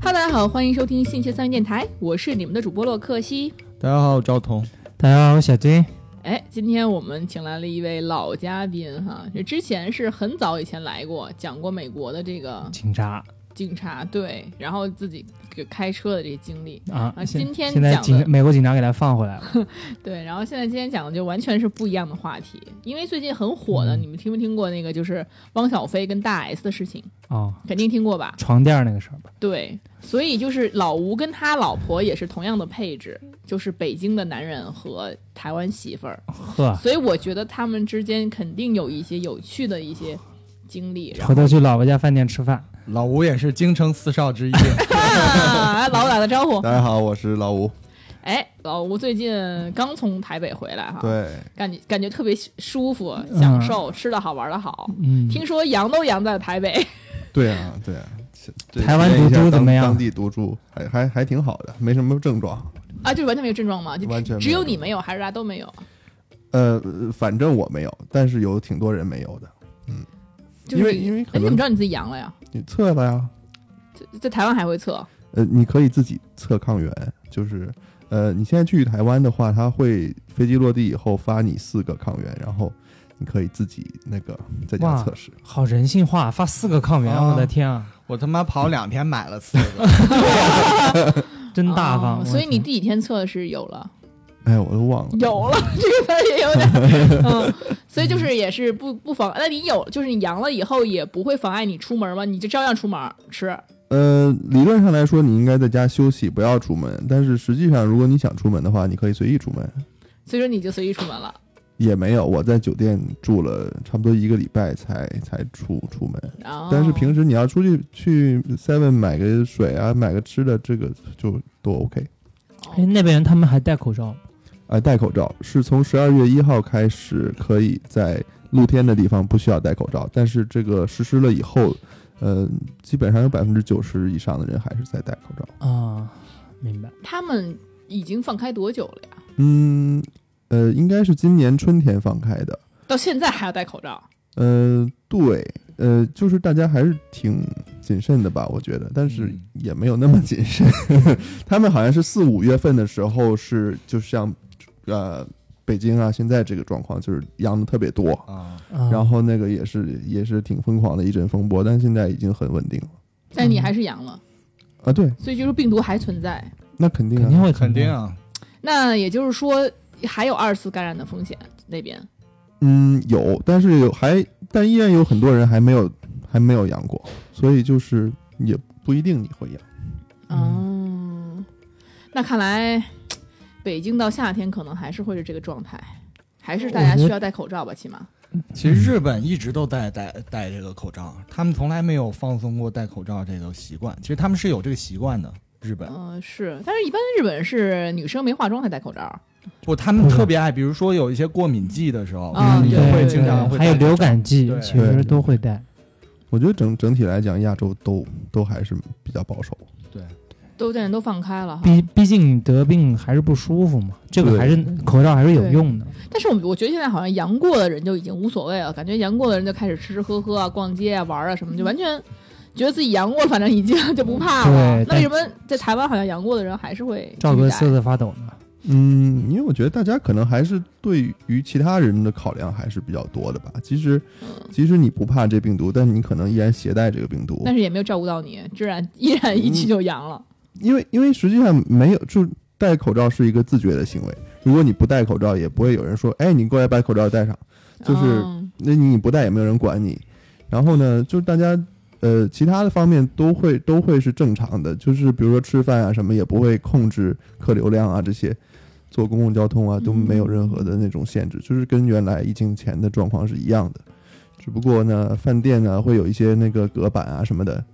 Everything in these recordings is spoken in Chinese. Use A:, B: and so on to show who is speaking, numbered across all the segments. A: 大家好，欢迎收听信息三元电台，我是你们的主播洛克西。
B: 大家好，我赵彤。
C: 大家好，我小金。
A: 哎，今天我们请来了一位老嘉宾哈，这之前是很早以前来过，讲过美国的这个
C: 警察
A: 警察对，然后自己给开车的这经历，
C: 啊
A: 啊，
C: 现
A: 今天
C: 现在
A: 讲的
C: 警美国警察给他放回来了。
A: 对，然后现在今天讲的就完全是不一样的话题，因为最近很火的，
C: 嗯
A: 你们听没听过那个就是汪小菲跟大 S 的事情，
C: 哦，
A: 肯定听过吧？
C: 床垫儿那个事儿吧？
A: 对，所以就是老吴跟他老婆也是同样的配置，就是北京的男人和台湾媳妇儿，
D: 啊
C: 呵，
A: 所以我觉得他们之间肯定有一些有趣的一些经 历。然后
C: 回头去老婆家饭店吃饭。
B: 老吴也是京城四少之一。
A: 啊，老吴打个招呼，
D: 大家好，我是老吴。
A: 哎，老吴最近刚从台北回来哈，
D: 对，
A: 感觉感觉特别舒服，
C: 嗯
A: 享受，吃的好，玩的好。
C: 嗯，
A: 听说羊都羊在台 北，
D: 对啊，对啊。这
C: 台湾
D: 体验一下
C: 毒株
D: 当
C: 怎么样
D: 当地毒株还还还挺好的，没什么症状。
A: 啊，就是完全没有症状吗？就
D: 完全没有
A: 只有你没有，还是大家都没有？
D: 呃，反正我没有，但是有挺多人没有的。
A: 就是、
D: 因为因为
A: 哎，
D: 可
A: 你怎么
D: 能
A: 知道你自己阳了呀？
D: 你测了呀，
A: 在在台湾还会测
D: 呃，你可以自己测抗原，就是呃，你现在去台湾的话，他会飞机落地以后发你四个抗原，然后你可以自己那个在家
C: 哇
D: 测试。
C: 好人性化，发四个抗原，
A: 哦
B: 啊
C: 我的天啊，
B: 我他妈跑两天买了四个，
C: 真大
A: 哦
C: 方。我
A: 所以你
C: 天啊
A: 第几天测的是有了，
D: 哎，我都忘了。
A: 有了这个词儿也有点，嗯，所以就是也是不不妨，那你有就是你阳了以后也不会妨碍你出门吗？你就照样出门吃，
D: 呃，理论上来说，你应该在家休息，不要出门。但是实际上，如果你想出门的话，你可以随意出门。
A: 所以说你就随意出门了。
D: 也没有，我在酒店住了差不多一个礼拜才才出出门。
A: 哦、
D: 但是平时你要出去去 Seven 买个水啊，买个吃的，这个就都 OK。
A: 哦
C: 哎，那边人他们还戴口罩。
D: 啊，戴口罩是从十二月一号开始，可以在露天的地方不需要戴口罩。但是这个实施了以后，呃，基本上有百分之九十以上的人还是在戴口罩。
C: 啊，明白。
A: 他们已经放开多久了呀？
D: 嗯，呃，应该是今年春天放开的。
A: 到现在还要戴口罩？
D: 呃，对，呃，就是大家还是挺谨慎的吧，我觉得，但是
B: 嗯
D: 也没有那么谨慎。 他们好像是四五月份的时候是，就像呃北京啊，现在这个状况就是阳的特别多，
B: 啊，
C: 啊
D: 然后那个也是也是挺疯狂的一阵风波，但现在已经很稳定了
A: 但你还是阳了，
D: 啊。对，
A: 所以就是病毒还存在。
D: 那肯定
C: 肯
D: 啊，
C: 定会
B: 肯定
C: 啊。
B: 啊，
A: 那也就是说，还有二次感染的风险那边。
D: 嗯，有，但是有还但依然有很多人还没有还没有阳过，所以就是也不一定你会阳。
A: 嗯，那看来北京到夏天可能还是会是这个状态，还是大家
C: 我觉得
A: 需要戴口罩吧，起码。
B: 其实日本一直都戴戴戴这个口罩，他们从来没有放松过戴口罩这个习惯。其实他们是有这个习惯的，日本
A: 嗯、是，但是一般日本是女生没化妆才戴口罩。
B: 不，他们特别爱，比如说有一些过敏季的时候，
A: 啊
D: 嗯
B: 你就
A: 对
B: 会
A: 对
B: 经常会
C: 嗯还有
B: 戴口罩
C: 流感季，
B: 对
C: 其实都会戴。
D: 我觉得整整体来讲，亚洲都都还是比较保守。
A: 都现在都放开了哈，
C: 毕毕竟得病还是不舒服嘛，这个
D: 对
C: 还是口罩还是有
A: 对
C: 用的。
A: 但是我我觉得现在好像阳过的人就已经无所谓了，感觉阳过的人就开始吃吃喝喝啊、逛街啊、玩啊什么，就完全觉得自己阳过了，反正已经 就不怕了。那
C: 对
A: 为
C: 但
A: 什么在台湾好像阳过的人还是会
C: 赵
A: 继续
C: 哥
A: 戴
C: 瑟瑟发抖呢。
D: 嗯，因为我觉得大家可能还是对于其他人的考量还是比较多的吧。其实，
A: 嗯
D: 其实你不怕这病毒，但你可能依然携带这个病毒
A: 但，是也没有照顾到你，居然依然一去就阳了。
D: 因为因为实际上没有，就戴口罩是一个自觉的行为。如果你不戴口罩，也不会有人说，哎，你过来把口罩戴上。就是
A: 嗯
D: 那你不戴也没有人管你。然后呢，就是大家呃其他的方面都会都会是正常的，就是比如说吃饭啊什么也不会控制客流量啊这些，坐公共交通啊都
A: 嗯
D: 没有任何的那种限制，就是跟原来疫情前的状况是一样的。只不过呢，饭店呢会有一些那个隔板啊什么的，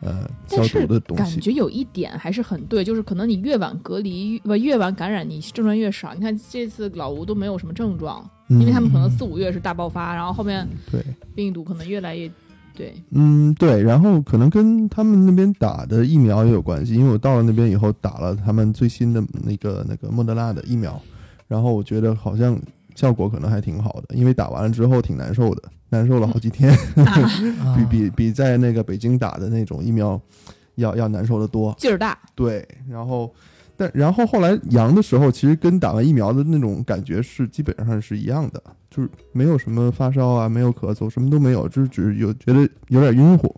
D: 呃，消
A: 但是
D: 毒的东
A: 感
D: 西。
A: 觉有一点还是很对，就是可能你越晚隔离，不越晚感染，你症状越少。你看这次老吴都没有什么症状，因为他们可能
C: 嗯
A: 四五月是大爆发，然后后面
D: 对，
A: 病毒可能越来越对。
D: 嗯，对，然后可能跟他们那边打的疫苗也有关系，因为我到了那边以后打了他们最新的那个那个莫德纳的疫苗，然后我觉得好像效果可能还挺好的，因为打完了之后挺难受的，难受了好几天，
A: 啊
C: 啊
D: 比比比在那个北京打的那种疫苗要要难受的多。
A: 劲儿大，
D: 对，然后，但然后后来阳的时候，其实跟打完疫苗的那种感觉是基本上是一样的，就是没有什么发烧啊，没有咳嗽，什么都没有，就是只是有觉得有点晕乎，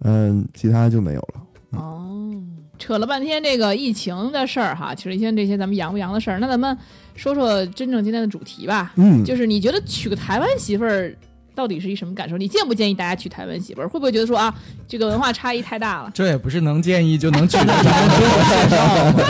D: 嗯，其他就没有了。嗯
A: 哦，扯了半天这个疫情的事儿哈，扯了一些这些咱们阳不阳的事儿，那咱们说说真正今天的主题吧，
D: 嗯，
A: 就是你觉得娶个台湾媳妇儿到底是一什么感受？你建不建议大家娶台湾媳妇儿？会不会觉得说啊，这个文化差异太大了？
B: 这也不是能建议就能取得咱们中国现状的。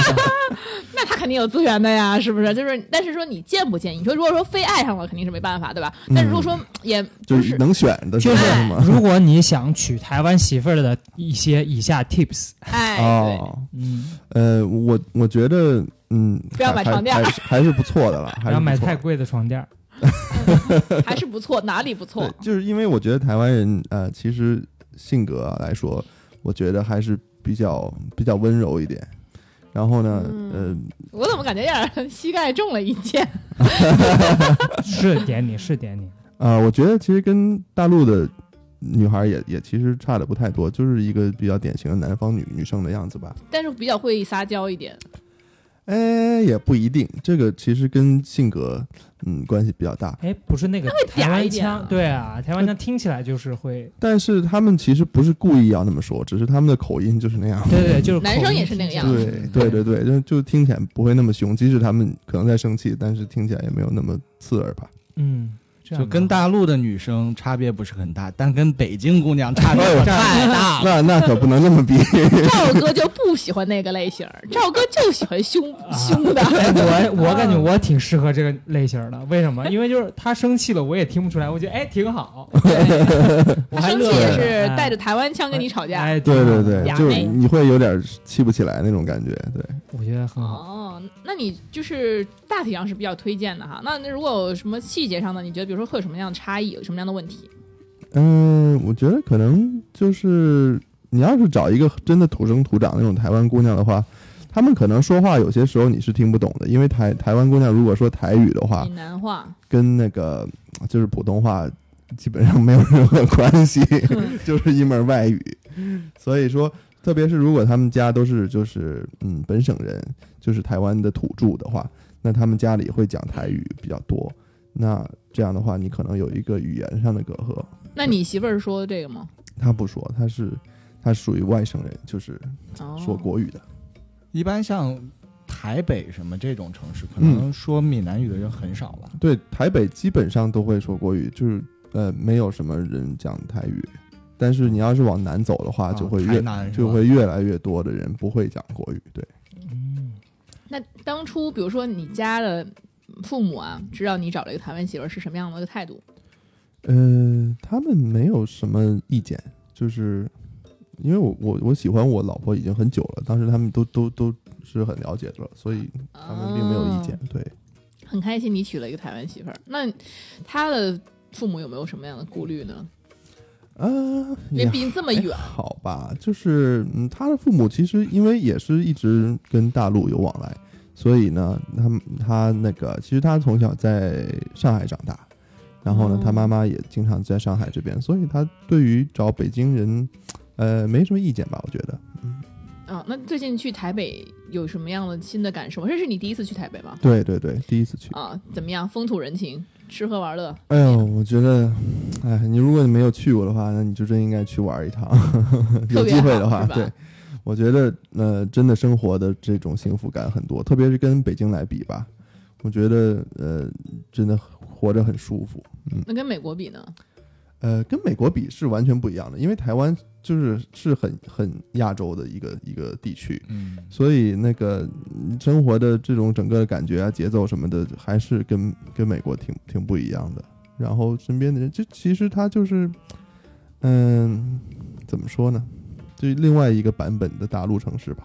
A: 那他肯定有资源的呀，是不是？就是，但是说你建不建议？你说如果说非爱上了，肯定是没办法，对吧？但是如果说也
D: 就
A: 不
D: 是
A: 是
D: 能选的
C: 就是
D: 是吗？
C: 哎如果你想娶台湾媳妇儿的一些以下 tips，
A: 哎，对，
D: 哦，
C: 嗯，
D: 呃，我我觉得，嗯，
A: 不要
D: 还
A: 买床垫儿
D: 还还是还是不错的了，还
C: 不
D: 是
C: 要
D: 不
C: 买
D: 错
C: 太
D: 的
C: 贵的床垫儿。
D: 哦
A: 还是不错，哪里不错
D: 对，？就是因为我觉得台湾人呃，其实性格啊来说，我觉得还是比较比较温柔一点。然后呢，
A: 嗯我怎么感觉有点膝盖中了一箭？
C: 是点你，是点你。
D: 呃啊、我觉得其实跟大陆的女孩也也其实差的不太多，就是一个比较典型的南方女女生的样子吧。
A: 但是比较会撒娇一点。
D: 哎，也不一定，这个其实跟性格嗯关系比较大。
C: 哎，不是那个台
A: 嗲一
C: 湾
A: 点
C: 腔
A: 啊，
C: 对啊，台湾腔听起来就是会，
D: 但是他们其实不是故意要那么说，只是他们的口音就是那样。
C: 对对，就是
A: 男
C: 口
A: 生
C: 音
A: 也是那
C: 听
A: 个
C: 起来
A: 样子
D: 对对对对，就就听起来不会那么凶，即使他们可能在生气，但是听起来也没有那么刺耳吧。
C: 嗯，这样
B: 就
C: 吧
B: 跟大陆的女生差别不是很大，但跟北京姑娘差别
D: 哎呦
B: 太大了。
D: 那那可不能那么比，
A: 赵哥就不喜欢那个类型儿， 赵哥就喜欢凶
C: 啊
A: 凶的。
C: 哎，我我
A: 嗯
C: 感觉我挺适合这个类型的，为什 么？因为就是他生气了，我也听不出来，我觉得哎挺 好，我
A: 他
C: 还
A: 生气
C: 乐
A: 也
C: 着
A: 是
D: 哎
A: 带着台湾腔跟你吵架。
C: 哎，
D: 对对
C: 挺好
D: 对，
A: 呀
D: 就
A: 妹
D: 你会有点气不起来那种感觉。对，
C: 我觉得很好。
A: 哦，那你就是大体上是比较推荐的哈。那那如果有什么细节上的，你觉得比如说会有什么样的差异，有什么样的问题？
D: 嗯、我觉得可能就是你要是找一个真的土生土长那种台湾姑娘的话，她们可能说话有些时候你是听不懂的，因为台台湾姑娘如果说台语的话，
A: 闽南话，
D: 跟那个就是普通话基本上没有任何关系。
A: 嗯
D: 就是一门外语。所以说，特别是如果他们家都是就是嗯本省人，就是台湾的土著的话，那他们家里会讲台语比较多。那这样的话，你可能有一个语言上的隔阂。
A: 那你媳妇儿说这个吗？
D: 他不说，他是他属于外省人，就是
A: 哦，
D: 嗯说国语的。
B: 一般像台北什么这种城市，可能说闽南语的人很少吧。
D: 对，台北基本上都会说国语，就是呃没有什么人讲台语。但是你要是往南走的话，啊就会
B: 哦台
D: 越、
B: 南啊是吧
D: 就会越来越多的人不会讲国语。对，
C: 嗯，
A: 那当初比如说你家的父母啊，知道你找了一个台湾媳妇儿是什么样的一个态度？
D: 呃，他们没有什么意见，就是因为我我我喜欢我老婆已经很久了，当时他们都都都是很了解的了，所以他们并没有意见。
A: 哦
D: 对，
A: 很开心你娶了一个台湾媳妇儿。那他的父母有没有什么样的顾虑呢？
D: 啊、
A: 因
D: 也
A: 为毕竟这么
D: 哎
A: 远，
D: 好吧，就是嗯，他的父母其实因为也是一直跟大陆有往来，所以呢，他们他那个其实他从小在上海长大，然后呢
A: 哦，
D: 他妈妈也经常在上海这边，所以他对于找北京人，呃，没什么意见吧？我觉得。
A: 啊，那最近去台北有什么样的新的感受吗？这是你第一次去台北吗？
D: 对对对，第一次去。
A: 啊，怎么样？风土人情，吃喝玩乐，
D: 哎呦，我觉得，哎，你如果你没有去过的话，那你就真应该去玩一趟， 有
A: 别
D: 机会
A: 好
D: 的话，
A: 是吧
D: 对。我觉得，呃，真的生活的这种幸福感很多，特别是跟北京来比吧，我觉得，呃，真的活着很舒服。
A: 那跟美国比呢？
D: 呃，跟美国比是完全不一样的，因为台湾就是是很很亚洲的一个一个地区，
B: 嗯，
D: 所以那个嗯生活的这种整个的感觉啊、节奏什么的，还是跟跟美国挺挺不一样的。然后身边的人，就其实他就是，嗯，怎么说呢？就是另外一个版本的大陆城市吧。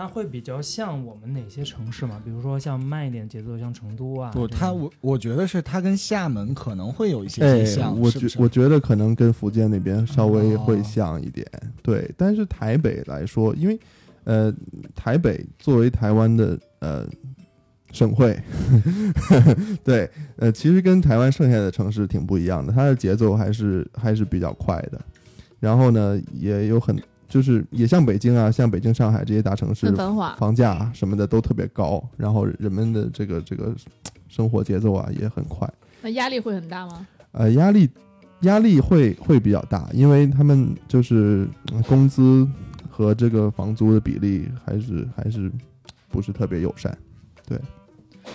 C: 它会比较像我们哪些城市嘛？比如说像慢一点节奏，像成都啊。
B: 不，
C: 这种
B: 他我我觉得是他跟厦门可能会有一些
D: 哎
B: 迹，象，
D: 我
B: 是
D: 觉
B: 不是
D: 我觉得可能跟福建那边稍微会
B: 哦
D: 像一点，对。但是台北来说，因为呃，台北作为台湾的呃省会， 对，呃，其实跟台湾剩下的城市挺不一样的，它的节奏还是还是比较快的。然后呢，也有很就是也像北京啊，像北京、上海这些大城市
A: 很，繁华。
D: 房价啊什么的都特别高，然后人们的这个这个生活节奏啊也很快，
A: 那压力会很大吗？
D: 呃，压力压力会会比较大，因为他们就是、嗯工资和这个房租的比例还是还是不是特别友善，对，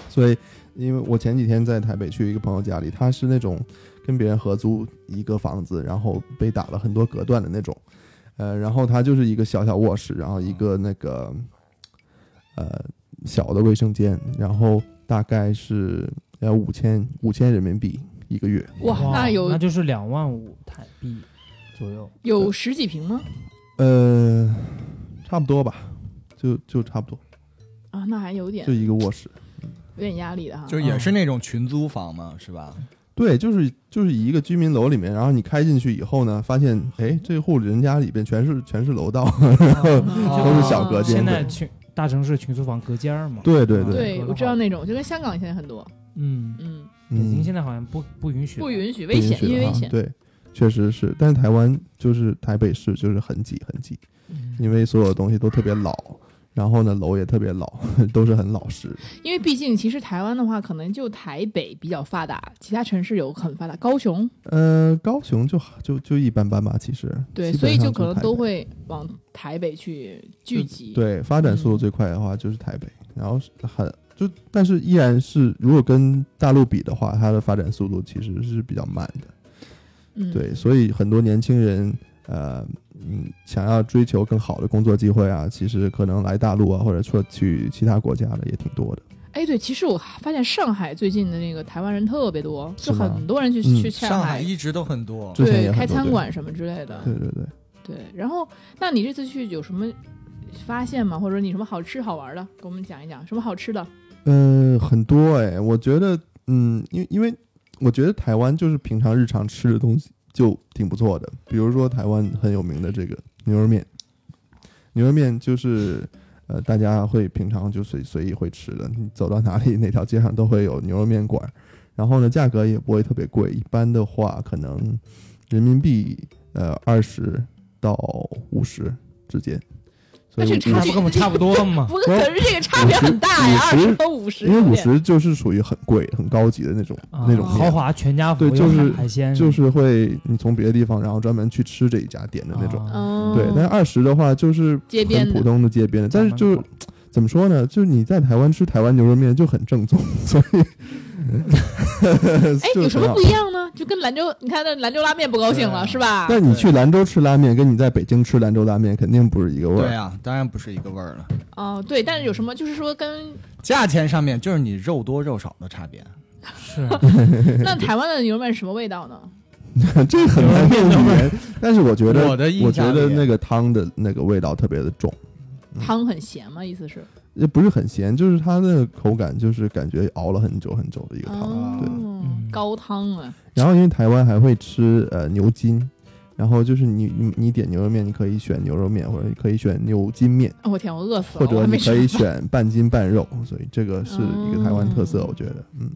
D: 所以因为我前几天在台北去一个朋友家里，他是那种跟别人合租一个房子，然后被打了很多隔断的那种，呃，然后他就是一个小小卧室，然后一个那个呃小的卫生间，然后大概是要五千五千人民币一个月。
A: 哇，那有
C: 那就是两万五台币左右。
A: 有十几平吗？
D: 呃，差不多吧，就就差不多，
A: 啊，那还有点
D: 就一个卧室。
A: 有点压力的哈。
B: 就也是那种群租房嘛，是吧？
D: 对，就是就是一个居民楼里面，然后你开进去以后呢，发现哎，这户人家里边全是全是楼道，然后
A: 哦
D: 都是小隔间。
C: 现
D: 对
C: 在群大城市群租房隔间儿嘛。
D: 对对对，
A: 对，我知道那种，就跟香港现在很多，
C: 嗯，
A: 嗯，
C: 北京
D: 嗯
C: 现在好像不不允许了，
A: 不允许，
D: 不
A: 危
D: 允
A: 险，
D: 许啊
A: 因为
D: 的
A: 危
D: 哈
A: 险。
D: 对，确实是，但是台湾就是台北市就是很挤很挤，因为所有东西都特别老，然后呢楼也特别老， 都是很老实。
A: 因为毕竟其实台湾的话，可能就台北比较发达，其他城市有很发达，高雄
D: 呃，高雄就就就一般般吧，其实
A: 对，
D: 基
A: 所以
D: 本上
A: 就可能
D: 台
A: 都
D: 北
A: 会往台北去聚集。，
D: 对，发展速度最快的话就是台北，然后是很就但是依然是如果跟大陆比的话，它的发展速度其实是比较慢的。
A: 嗯，
D: 对，所以很多年轻人呃嗯想要追求更好的工作机会啊，其实可能来大陆啊，或者说去其他国家的也挺多的。
A: 哎，对，其实我发现上海最近的那个台湾人特别多，
D: 是
A: 就
D: 吗
A: 很多人去
D: 嗯
A: 去上
B: 上海一直都很多，
D: 之前也
A: 对
D: 很
A: 开
D: 多
A: 餐
D: 对
A: 馆什么之类的。
D: 对对对，
A: 对，然后那你这次去有什么发现吗？或者你什么好吃好玩的，给我们讲一讲，什么好吃的？
D: 嗯、很多哎、我觉得嗯，因为因为我觉得台湾就是平常日常吃的东西就挺不错的，比如说台湾很有名的这个牛肉面，牛肉面就是呃大家会平常就随随意会吃的，你走到哪里哪条街上都会有牛肉面馆儿，然后呢价格也不会特别贵，一般的话可能人民币呃二十到五十之间，
A: 那
D: 所以
A: 这
D: 我
A: 差
C: 那不跟我们差不多嘛？
A: 不，可是这个差别很大呀，二
D: 50
A: 十和五十，
D: 因为五十就是属于很贵、很高级的 那种、
C: 啊
D: 那种
C: 豪
D: 面，
C: 华全家福，
D: 对就
C: 有
D: 是
C: 海鲜，
D: 就是会你从别的地方，然后专门去吃这一家店的那种。
C: 啊
A: 嗯，
D: 对，但二十的话就是
A: 街边
D: 很
A: 的
D: 普通的街边的，但是
C: 小
D: 就
C: 门
D: 怎么说呢？就是你在台湾吃台湾牛肉面就很正宗， 所以
A: 哎，
D: 就
A: 有什
D: 很
A: 么
D: 好啊
A: 不。一样呢？就跟兰州，你看那兰州拉面不高兴了
B: 对
A: 是吧？
D: 但你去兰州吃拉面，跟你在北京吃兰州拉面肯定不是一个味
B: 对
D: 儿。
B: 啊，当然不是一个味儿了。
A: 哦，对，但是有什么就是说跟
B: 价钱上面就是你肉多肉少的差别，
A: 嗯
C: 是
A: 那台湾的牛肉面是什么味道呢？
D: 这很难用语言，但是我觉得，
B: 我的印
D: 我
B: 象
D: 觉得
B: 里
D: 那个汤的那个味道特别的重。嗯
A: 汤很咸吗？意思是？
D: 也不是很咸，就是它的口感就是感觉熬了很久很久的一个汤。啊
A: 哦，高汤啊，
D: 然后因为台湾还会吃呃牛筋，然后就是你你你点牛肉面，你可以选牛肉面，或者你可以选牛筋面，
A: 哦我天，我饿死
D: 或
A: 了，我
D: 者
A: 还
D: 你
A: 没
D: 可
A: 吃
D: 以选半筋半肉，所以这个是一个台湾特色，
A: 哦
D: 我觉得，嗯，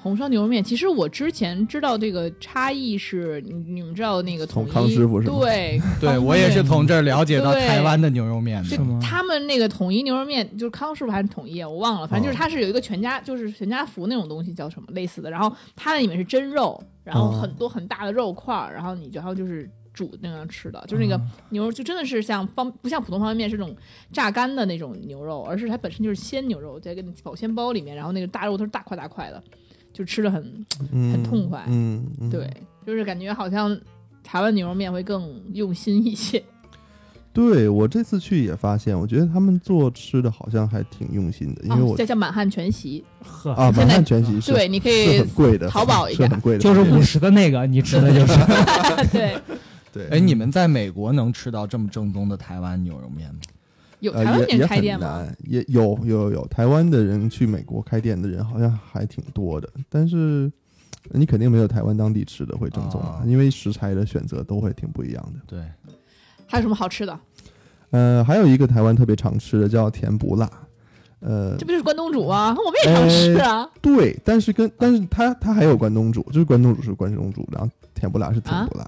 A: 红烧牛肉面。其实我之前知道这个差异是，你你们知道那个统
D: 从
A: 一
D: 康师傅是吗
A: 对，
B: 对我也是从这儿了解到台湾的牛肉面
A: 是
B: 的。
C: 吗
A: 他们那个统一牛肉面，就是康师傅还是统一啊，我忘了，反
D: 哦
A: 正就是它是有一个全家，就是全家福那种东西叫什么类似的，然后它那里面是真肉，然后
D: 哦
A: 很多很大的肉块儿，然后你就还有就是煮那样吃的， 就是那个
D: 哦
A: 牛肉就真的是像方不像普通方便面是那种榨干的那种牛肉，而是它本身就是鲜牛肉，在个保鲜包里面，然后那个大肉都是大块大块的，就吃的很
D: 嗯
A: 很痛快
D: 嗯，嗯
A: 对，就是感觉好像台湾牛肉面会更用心一些。
D: 对我这次去也发现，我觉得他们做吃的好像还挺用心的，因为
A: 哦
D: 我、
A: 再叫满汉全席，
C: 呵
D: 啊，
A: 现
D: 满
A: 在
D: 汉全席是
A: 对，你可
D: 是
A: 以
D: 很贵的，
A: 淘宝一下
D: 是很贵的，
C: 就是
D: 我
C: 五十的那个，你吃的 就是
A: 对，
D: 对，
B: 哎，你们在美国能吃到这么正宗的台湾牛肉面吗？
A: 有
D: 呃
A: 台湾
D: 也
A: 人
D: 也
A: 开
D: 很
A: 店吗？
D: 难，也有有有有，台湾的人去美国开店的人好像还挺多的，但是呃你肯定没有台湾当地吃的会正宗啊，
B: 哦
D: 因为食材的选择都会挺不一样的。
B: 对，
A: 还有什么好吃的？
D: 呃，还有一个台湾特别常吃的叫甜不辣，呃
A: 这，不就是关东煮吗？ 我们也
D: 哎
A: 想吃 啊！
D: 对，
A: 啊
D: 但是跟但是它它还有关东煮，就是关东煮是关东煮，然后甜不辣是甜不辣。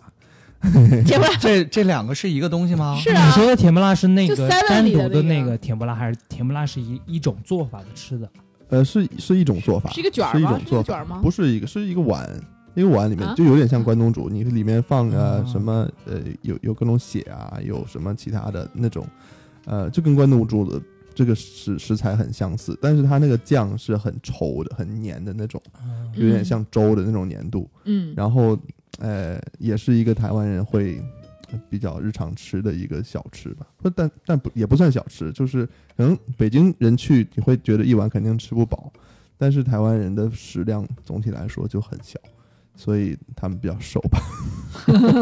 A: 结婚
B: 这这两个是一个东西吗？
A: 是啊
C: 你，说的甜不辣是那
A: 就
C: 个
A: Seven
C: 单
A: 里的
C: 独的
A: 那
C: 那
A: 个
C: 个甜不辣，还是甜不辣是一一种做法的吃的？
D: 呃，是是一种做法，
A: 是一个卷儿
D: 是一
A: 吗
D: 种
A: 是一个
D: 做
A: 卷
D: 法
A: 儿吗
D: 不是一个，是一个碗，一个碗里面
A: 啊
D: 就有点像关东煮，你里面放呃
C: 啊
D: 什么呃有有各种血啊，有什么其他的那种，呃，就跟关东煮的这个食食材很相似，但是它那个酱是很稠的、很黏的那种，有点像粥的那种黏度，
A: 嗯，
D: 然后呃也是一个台湾人会。呃比较日常吃的一个小吃吧，不但但不也不算小吃，就是可能北京人去你会觉得一碗肯定吃不饱，但是台湾人的食量总体来说就很小，所以他们比较瘦吧。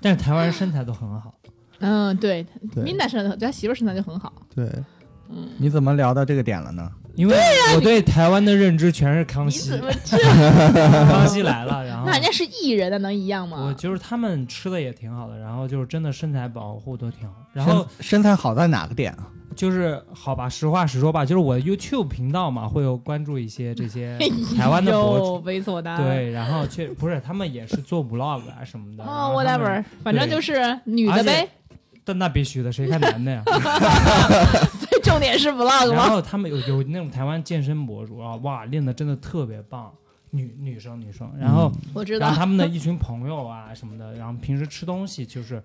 C: 但是台湾人身材都 很好，
A: 嗯，对
D: 对
A: ，Minda 身材，咱媳妇儿身材就很好，
D: 对，
A: 嗯，
B: 你怎么聊到这个点了呢？
C: 因为我对台湾的认知全是康
A: 你
C: 熙
A: 怎， 么这？
C: 康熙来了，然后
A: 那人家是艺人，那能一样
C: 我
A: 吗？
C: 就是他们吃的也挺好的，然后就是真的身材保护都挺好，然后
B: 身身材好在哪个点啊？
C: 就是好吧，实话实说吧，就是我 YouTube 频道嘛，会有关注一些 这些
A: 哎
C: 台湾的博主，
A: 主，猥琐的，。
C: 对，然后确不是他们也是做 vlog 啊什么的，然
A: 哦
C: 后他们
A: ，whatever，反正就是女的呗。
C: 但那必须的，谁看男 的呀？
A: 最 重点是 vlog
C: 然
A: 吗？
C: 后他们有有那种台湾健身博主啊，哇，练的真的特别棒，女女生女生，然后、
A: 我知
C: 然后
A: 道，
C: 他们的一群朋友啊什么的，然后平时吃东西就是，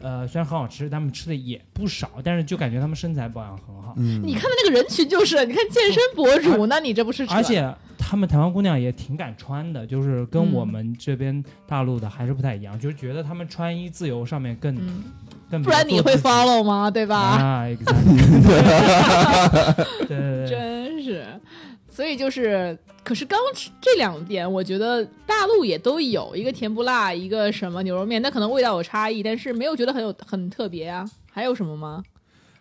C: 呃，虽然很好吃，他们吃的也不少，但是就感觉他们身材保养很好，
D: 嗯，
A: 你看的那个人群就是，你看健身博主，那你这不是扯？
C: 而且他们台湾姑娘也挺敢穿的，就是跟
A: 嗯
C: 我们这边大陆的还是不太一样，就是觉得他们穿衣自由上面更、
A: 嗯，
C: 更
A: 不然你会
C: 发
A: follow 吗？对吧？
C: 啊，exactly，对对对，
A: 真是，所以就是，可是刚吃这两点，我觉得大陆也都有一个甜不辣，一个什么牛肉面，但可能味道有差异，但是没有觉得很有很特别啊。还有什么吗？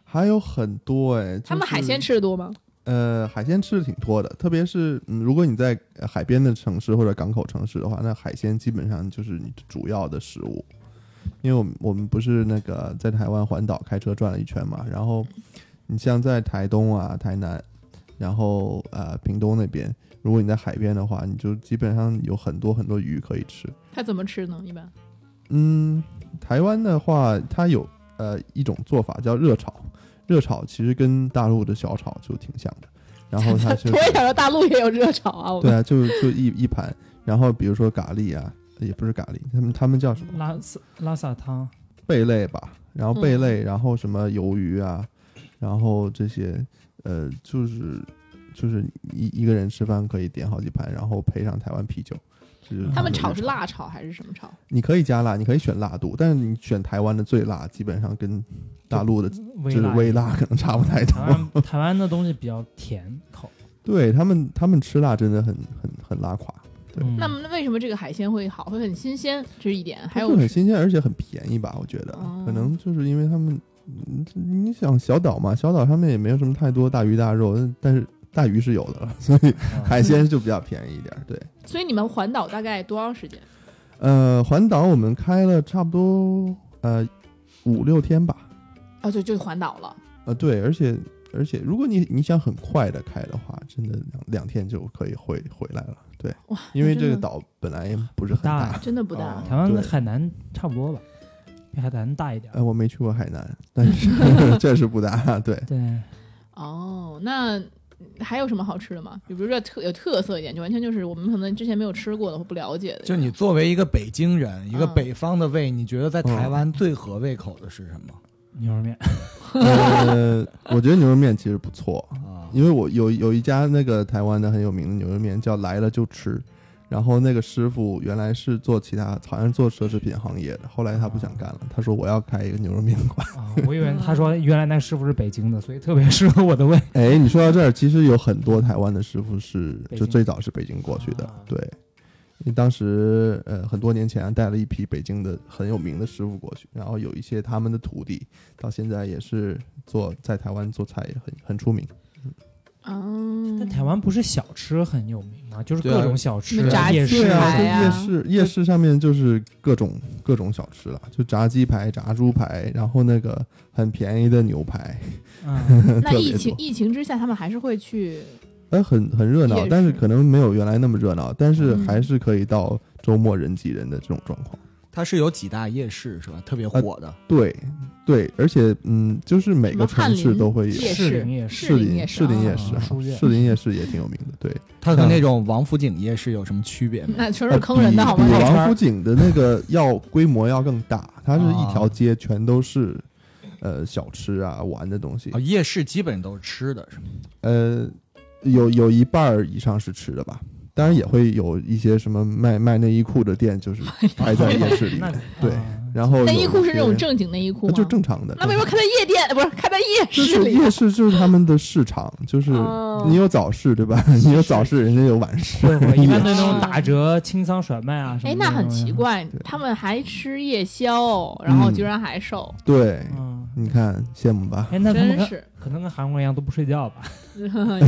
D: 还有很多哎、
A: 他们
D: 就是
A: 海鲜吃的多吗？
D: 呃海鲜吃的挺多的，特别是、嗯、如果你在呃海边的城市或者港口城市的话，那海鲜基本上就是你主要的食物。因为我们我们不是那个在台湾环岛开车转了一圈嘛，然后你像在台东啊、台南，然后呃屏东那边，如果你在海边的话，你就基本上有很多很多鱼可以吃。
A: 他怎么吃呢？一般
D: 嗯，台湾的话，它有呃一种做法叫热炒，热炒其实跟大陆的小炒就挺像的。然后它 就是
A: 我也想说大陆也有热炒啊。我
D: 对啊，就就一一盘，然后比如说咖喱啊，也不是咖喱，他们他们叫什么
C: 拉萨拉萨汤，
D: 贝类吧，然后贝类，然后什么鱿鱼啊，然后这些呃就是就是一一个人吃饭可以点好几盘，然后配上台湾啤酒。就是
A: 他们
D: 的
A: 炒
D: 日
A: 是
D: 常
A: 辣炒还是什么炒？
D: 你可以加辣，你可以选辣度，但是你选台湾的最辣，基本上跟大陆的
C: 微
D: 就是
C: 辣
D: 微辣可能差不太多
C: 台。湾台湾的东西比较甜口，
D: 对他们，他们吃辣真的很很很拉垮，对
C: 嗯
A: 那么为什么这个海鲜会好，会很新鲜？这哎是一点。还有
D: 就很新鲜，而且很便宜吧？我觉得、
A: 哦
D: 可能就是因为他们，嗯你想小岛嘛，小岛上面也没有什么太多大鱼大肉，但但是大鱼是有的了，所以
C: 啊
D: 海鲜就比较便宜一点。对，
A: 所以你们环岛大概多长时间？
D: 呃，环岛我们开了差不多呃五六天吧，
A: 哦，就就环岛了。
D: 啊，对，而且而且，如果你你想很快的开的话，真的两两天就可以回回来了。对，
A: 哇，
D: 因为
A: 那
D: 这
A: 真
D: 个
A: 的
D: 岛本来也不是很
C: 大
D: 大
C: 呀，
A: 真的不大
D: 哦。
C: 台湾
D: 对
C: 跟海南差不多吧，比海南大一点。
D: 呃，我没去过海南，但是 确实不大。对，
C: 对，
A: 哦，那还有什么好吃的吗？比如说特有特色一点，就完全就是我们可能之前没有吃过的或不了解的。
B: 就你作为一个北京人，一个北方的胃，你觉得在
D: 嗯
B: 台湾最合胃口的是什么
C: 牛肉面，
D: 呃，我觉得牛肉面其实不错，
B: 啊？
D: 因为我有有一家那个台湾的很有名的牛肉面叫来了就吃，然后那个师傅原来是做其他，好像是做奢侈品行业的，后来他不想干了，他说我要开一个牛肉面馆。
C: 啊，我以 为他说原来那师傅是北京的，所以特别适合我的胃。
D: 哎，你说到这儿，其实有很多台湾的师傅是
C: 北京
D: 就最早是北京过去的
C: 啊，
D: 对。因为当时呃很多年前带了一批北京的很有名的师傅过去，然后有一些他们的徒弟到现在也是做在台湾做菜也很很出名。
A: 哦，
C: 但台湾不是小吃很有名吗？就是
B: 对啊
C: 各种小吃
A: 什么炸，
C: 夜
A: 鸡
C: 市
D: 对啊，
A: 排
D: 就
A: 呀
D: 夜市夜市上面就是各种各种小吃了，就炸鸡排、炸猪排，然后那个很便宜的牛排，啊
C: 嗯，
A: 那
D: 特别
A: 疫情
D: 多
A: 疫情之下，他们还是会去
D: 呃，很很热闹
A: 夜，
D: 但是
A: 市
D: 可能没有原来那么热闹，但是
A: 嗯
D: 还是可以到周末人挤人的这种状况。
B: 它是有几大夜市是吧？特别
D: 呃
B: 火的，
D: 对对，而且嗯，就是每
A: 什
D: 个
A: 么
D: 城
A: 翰
D: 市
A: 林
D: 都会有
A: 夜
C: 士
A: 市
C: 林夜
A: 市
D: 士
A: 林
D: 林
A: 夜市
D: 士林
A: 啊
D: 夜市
C: 啊书
D: 哈，
C: 店
D: 士林夜市也挺有名的，对，
B: 它跟那种王府井夜市有什么区别吗？
A: 那全是坑人的好吗
D: 啊
C: 那
D: 呃比？比
C: 圈儿
D: 王府井的那个要规模要更大，它
C: 啊
D: 是一条街全都是呃小吃啊玩的东西
B: 哦，，夜市基本都是吃的，是吗？
D: 呃，有有一半儿以上是吃的吧。当然也会有一些什么卖卖内衣裤的店，就是开在夜 市里
C: 那
D: 面。对
C: 啊
D: 然后
A: 内衣
D: 有
A: 裤
D: 一
A: 是那种
D: 些
A: 正经内衣裤
D: 那
A: 吗？
D: 就正常的。
A: 那为什么开在夜店？不是开在夜
D: 就
A: 市
D: 是
A: 里？
D: 夜市就是他们的市场，就是
A: 哦
D: 你有早市对吧？ 你有早市，人家有晚市。
C: 对，我一般对那种打折、清仓甩卖啊什么的。
A: 哎，那很奇。怪，他们还吃夜宵，然
D: 嗯
A: 后居然还瘦，
D: 对，
C: 嗯，
D: 你看羡慕吧？
C: 哎，那他们
A: 真
C: 跟
A: 是。
C: 可能跟韩国一样都不睡觉 吧？
A: 有可能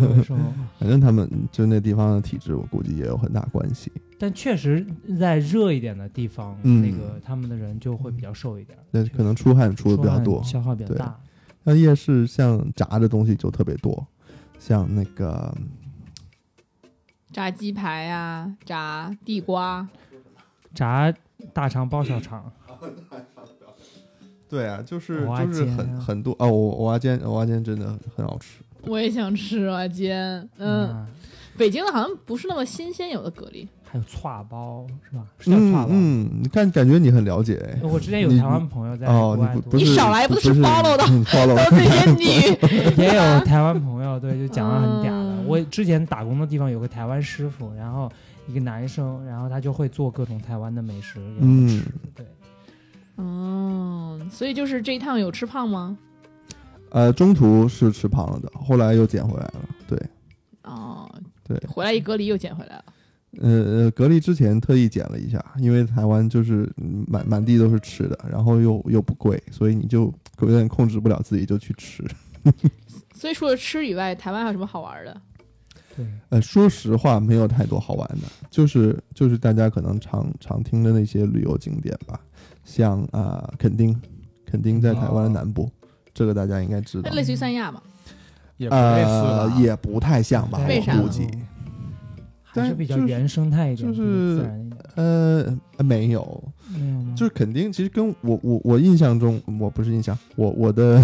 C: 有的时候
D: 反正他们就那地方的体质，我估计也有很大关系。
C: 但确实在热一点的地方，
D: 嗯
C: 那个他们的人就会比较瘦一点，
D: 那可能出汗出的比较多
C: 出汗，消耗比较
D: 对
C: 大。
D: 像夜市像炸的东西就特别多，像那个
A: 炸鸡排啊，炸地瓜，
C: 炸大肠包小肠，
D: 对啊，就是
C: 蚵仔
D: 就是
C: 煎
D: 很
C: 啊
D: 很多哦，我蚵仔煎蚵仔煎真的很好吃，
A: 我也想吃啊，煎。嗯，
C: 嗯，
A: 北京的好像不是那么新鲜，有的蛤 蜊。
C: 还有串包是吧？是叫
D: 嗯
C: 串包。
D: 嗯，你看感觉你很了解哎。
C: 我之前有台湾朋友在国
D: 哦，
C: 外
D: 你
C: 读
D: 不不
A: 你
D: 是
A: 少来不
D: 不
A: 是 follow 的
D: 嗯 follow
A: 都
D: 的
A: 是这些女，
C: 也有台湾朋友，对，就讲的很嗲的。
A: 嗯
C: 我之前打工的地方有个台湾师傅，然后一个男生，然后他就会做各种台湾的美食给我们吃。对，
A: 嗯，所以就是这一趟有吃胖吗？
D: 呃，中途是吃胖了的，后来又减回来了。对，
A: 哦，
D: 对
A: 回来一隔离又捡回来了。
D: 呃，呃，隔离之前特意减了一下，因为台湾就是嗯满满地都是吃的，然后又又不贵，所以你就有点控制不了自己，就去吃。
A: 所以除了吃以外，台湾还有什么好玩的？
C: 对，
D: 呃，说实话，没有太多好玩的，就是就是大家可能常常听的那些旅游景点吧，像啊、呃垦丁，垦丁在台
B: 哦
D: 湾的南部，这个大家应该知道
A: 那。类似于三亚嘛？
B: 也不类似
D: 呃
B: 吧，？
D: 也不太像吧，
A: 为啥
D: 我
A: 呢
D: 估计。
C: 还是比较原生态一点，
D: 就是
C: 比较自然一点，
B: 嗯
D: 呃，没有，
C: 没有吗？
D: 就是肯定，其实跟我我我印象中，我不是印象，我 我的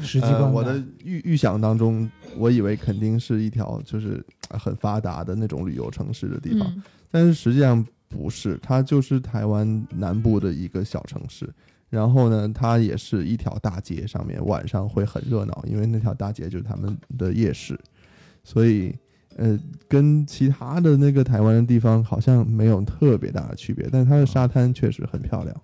C: 实际观
D: 呃
C: 感
D: 我的预预想当中，我以为肯定是一条就是呃很发达的那种旅游城市的地方，
A: 嗯，
D: 但是实际上不是，它就是台湾南部的一个小城市。然后呢，它也是一条大街，上面晚上会很热闹，因为那条大街就是他们的夜市，所以呃，跟其他的那个台湾的地方好像没有特别大的区别，但它的沙滩确实很漂亮。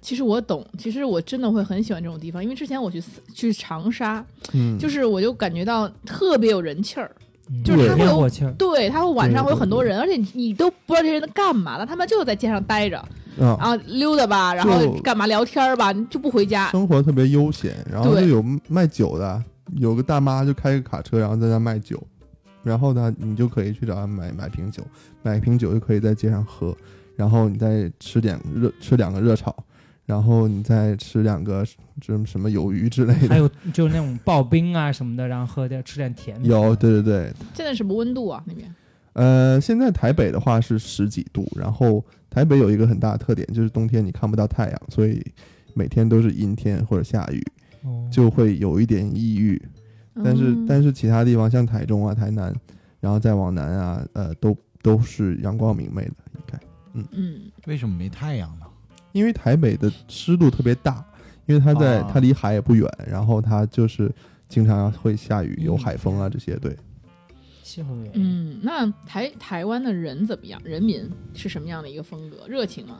A: 其实我懂，其实我真的会很喜欢这种地方，因为之前我去四去长沙，
D: 嗯，
A: 就是我就感觉到特别有人气儿。
C: 嗯
A: 就是它会有
C: 烟火气儿，
A: 对，他会晚上会有很多人，而且你都不知道这些人在干嘛呢，他们就在街上待着，
D: 啊，
A: 然后溜达吧，然后
D: 就
A: 干嘛聊天儿吧，你就不回家。
D: 生活特别悠闲，然后就
A: 对
D: 有卖酒的，有个大妈就开个卡车，然后在那卖酒，然后呢，你就可以去找她买买瓶酒，买瓶酒就可以在街上喝，然后你再吃点热吃两个热炒，然后你再吃两个什么什么鱿鱼之类
C: 还
D: 的。
C: 有就是那种刨冰啊什么的，然后喝点吃点甜品。
D: 有，对对对，
A: 现在什么温度啊？那边
D: 呃，现在台北的话是十几度，然后台北有一个很大的特点就是冬天你看不到太阳，所以每天都是阴天或者下雨，
C: 哦
D: 就会有一点抑郁。但是
A: 嗯
D: 但是其他地方像台中啊、台南，然后再往南啊，呃，都都是阳光明媚的，应该。
A: 嗯，
B: 为什么没太阳呢？
D: 因为台北的湿度特别大，因为它在、
B: 啊
D: 它离海也不远，然后它就是经常会下雨，有
C: 嗯
D: 海风啊这些。对，
C: 气候原因。
A: 嗯，那台台湾的人怎么样？人民是什么样的一个风格？热情吗？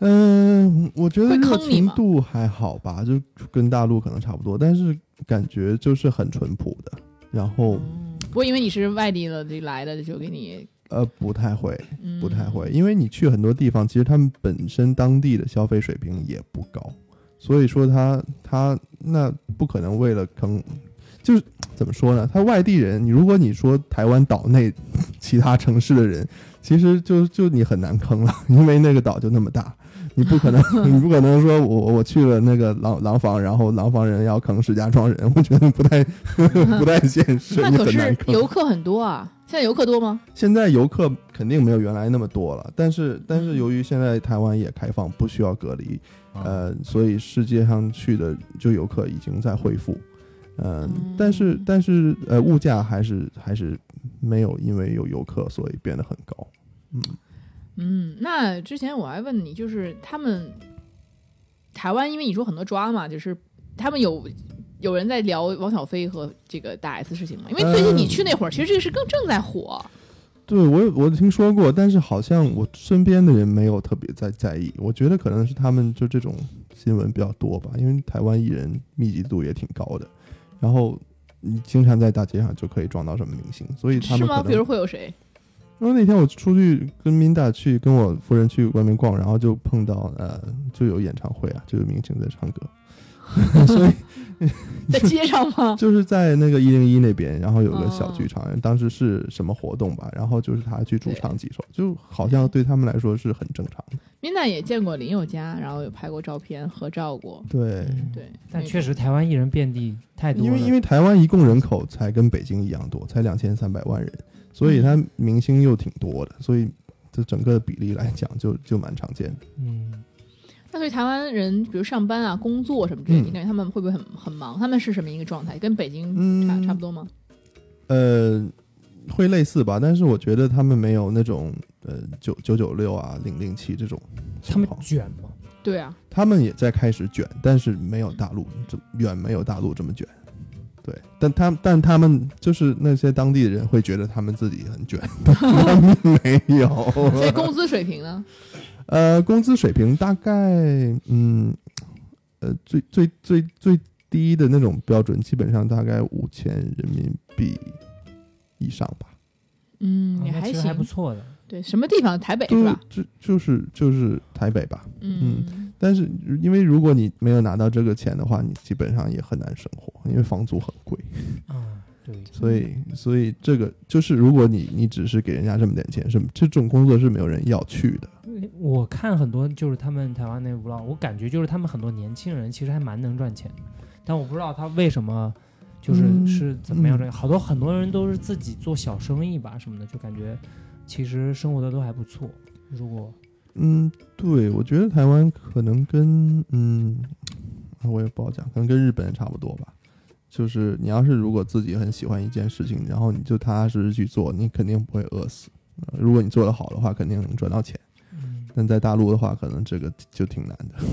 D: 嗯、我觉得
A: 会
D: 热
A: 坑你
D: 情
A: 吗
D: 度还好吧，就跟大陆可能差不多，但是感觉就是很淳朴的，然后
A: 嗯，不过因为你是外地的，这来的就给你，
D: 呃不太会
A: 嗯、
D: 不太会，。因为你去很多地方，其实他们本身当地的消费水平也不高，所以说他他那不可能为了坑，就是怎么说呢？他外地人，你如果你说台湾岛内 其他城市的人，其实就就你很难坑了，因为那个岛就那么大，你 不可能，你不可能说我我去了那个廊廊坊，然后廊坊人要坑石家庄人，我觉得不太 不太现实，
A: 那
D: 你
A: 可
D: 很难
A: 是
D: 坑。
A: 游客很多啊，现在游客多吗？
D: 现在游客肯定没有原来那么多了，但是但是由于现在台湾也开放，不需要隔离，
B: 啊
D: 呃，所以世界上去的就游客已经在恢复，呃，
A: 嗯
D: 但是但是呃，物价还是还是没有因为有游客所以变得很高，嗯，
A: 嗯，那之前我还问你，就是他们台湾，因为你说很多抓嘛，就是他们有有人在聊王小飞和这个大 S 事情嘛？因为最近
D: 嗯
A: 你去那会儿，其实这个是更正在火。
D: 对我我听说过，但是好像我身边的人没有特别在在意，我觉得可能是他们就这种新闻比较多吧，因为台湾艺人密集度也挺高的，然后你经常在大街上就可以撞到什么明星，所以他
A: 是
D: 们
A: 吗？
D: 可能
A: 比如会有谁？
D: 然后那天我出去跟 Minda 去跟我夫人去外面逛，然后就碰到呃，就有演唱会啊，就有明星在唱歌，所以
A: 在街上 吗？
D: 就是在那个一零一那边，然后有个
A: 哦
D: 小剧场，当时是什么活动吧，然后就是他去主
A: 对
D: 唱几首，就好像对他们来说是很正常的。
A: 米娜也见过林宥嘉，然后有拍过照片合照过。
D: 对，
A: 对，
C: 嗯
A: 那
C: 但确实台湾艺人遍地嗯太多了，
D: 因为因为台湾一共人口才跟北京一样多，才两千三百万人，所以他明星又挺多的，所以这整个比例来讲就就蛮常见的。
C: 嗯，
A: 那对台湾人，比如上班啊、工作什么之类的，
D: 嗯
A: 你感觉他们会不会很很忙？他们是什么一个状态？跟北京
D: 嗯
A: 差、差不多吗？
D: 呃，会类似吧，但是我觉得他们没有那种呃九九九六啊、零零七这种
C: 他
D: 情
C: 们
D: 况。
C: 卷嘛，
A: 对啊，
D: 他们也在开始卷，但是没有大陆这远没有大陆这么卷。对，但他但他们就是那些当地人会觉得他们自己很卷， 他们没有。
A: 所以工资水平呢？
D: 呃，工资水平大概嗯呃最最最最低的那种标准，基本上大概五千人民币以上吧。
A: 嗯，也
C: 啊哦那
A: 还
C: 其实
A: 行，
C: 还不错的。
A: 对，什么地方？台哎北是
D: 就
A: 吧？
D: 就就是就是台北吧。
A: 嗯，
D: 但是因为如果你没有拿到这个钱的话，你基本上也很难生活，因为房租很 贵。
C: 嗯，对，
D: 所以所以这个就是如果你你只是给人家这么点钱，是这种工作是没有人要去的。
C: 我看很多就是他们台湾那 vlog，我感觉就是他们很多年轻人其实还蛮能赚钱的，但我不知道他为什么就是、
D: 嗯
C: 是怎么样
D: 嗯
C: 赚钱。好多很多人都是自己做小生意吧什么的，就感觉其实生活的都还不错。如果
D: 嗯，对，我觉得台湾可能跟嗯，啊我也不好讲，可能跟日本差不多吧。就是你要是如果自己很喜欢一件事情，然后你就踏踏实实去做，你肯定不会饿死。呃如果你做得好的话，肯定能赚到钱。
C: 嗯
D: 但在大陆的话，可能这个就挺难的。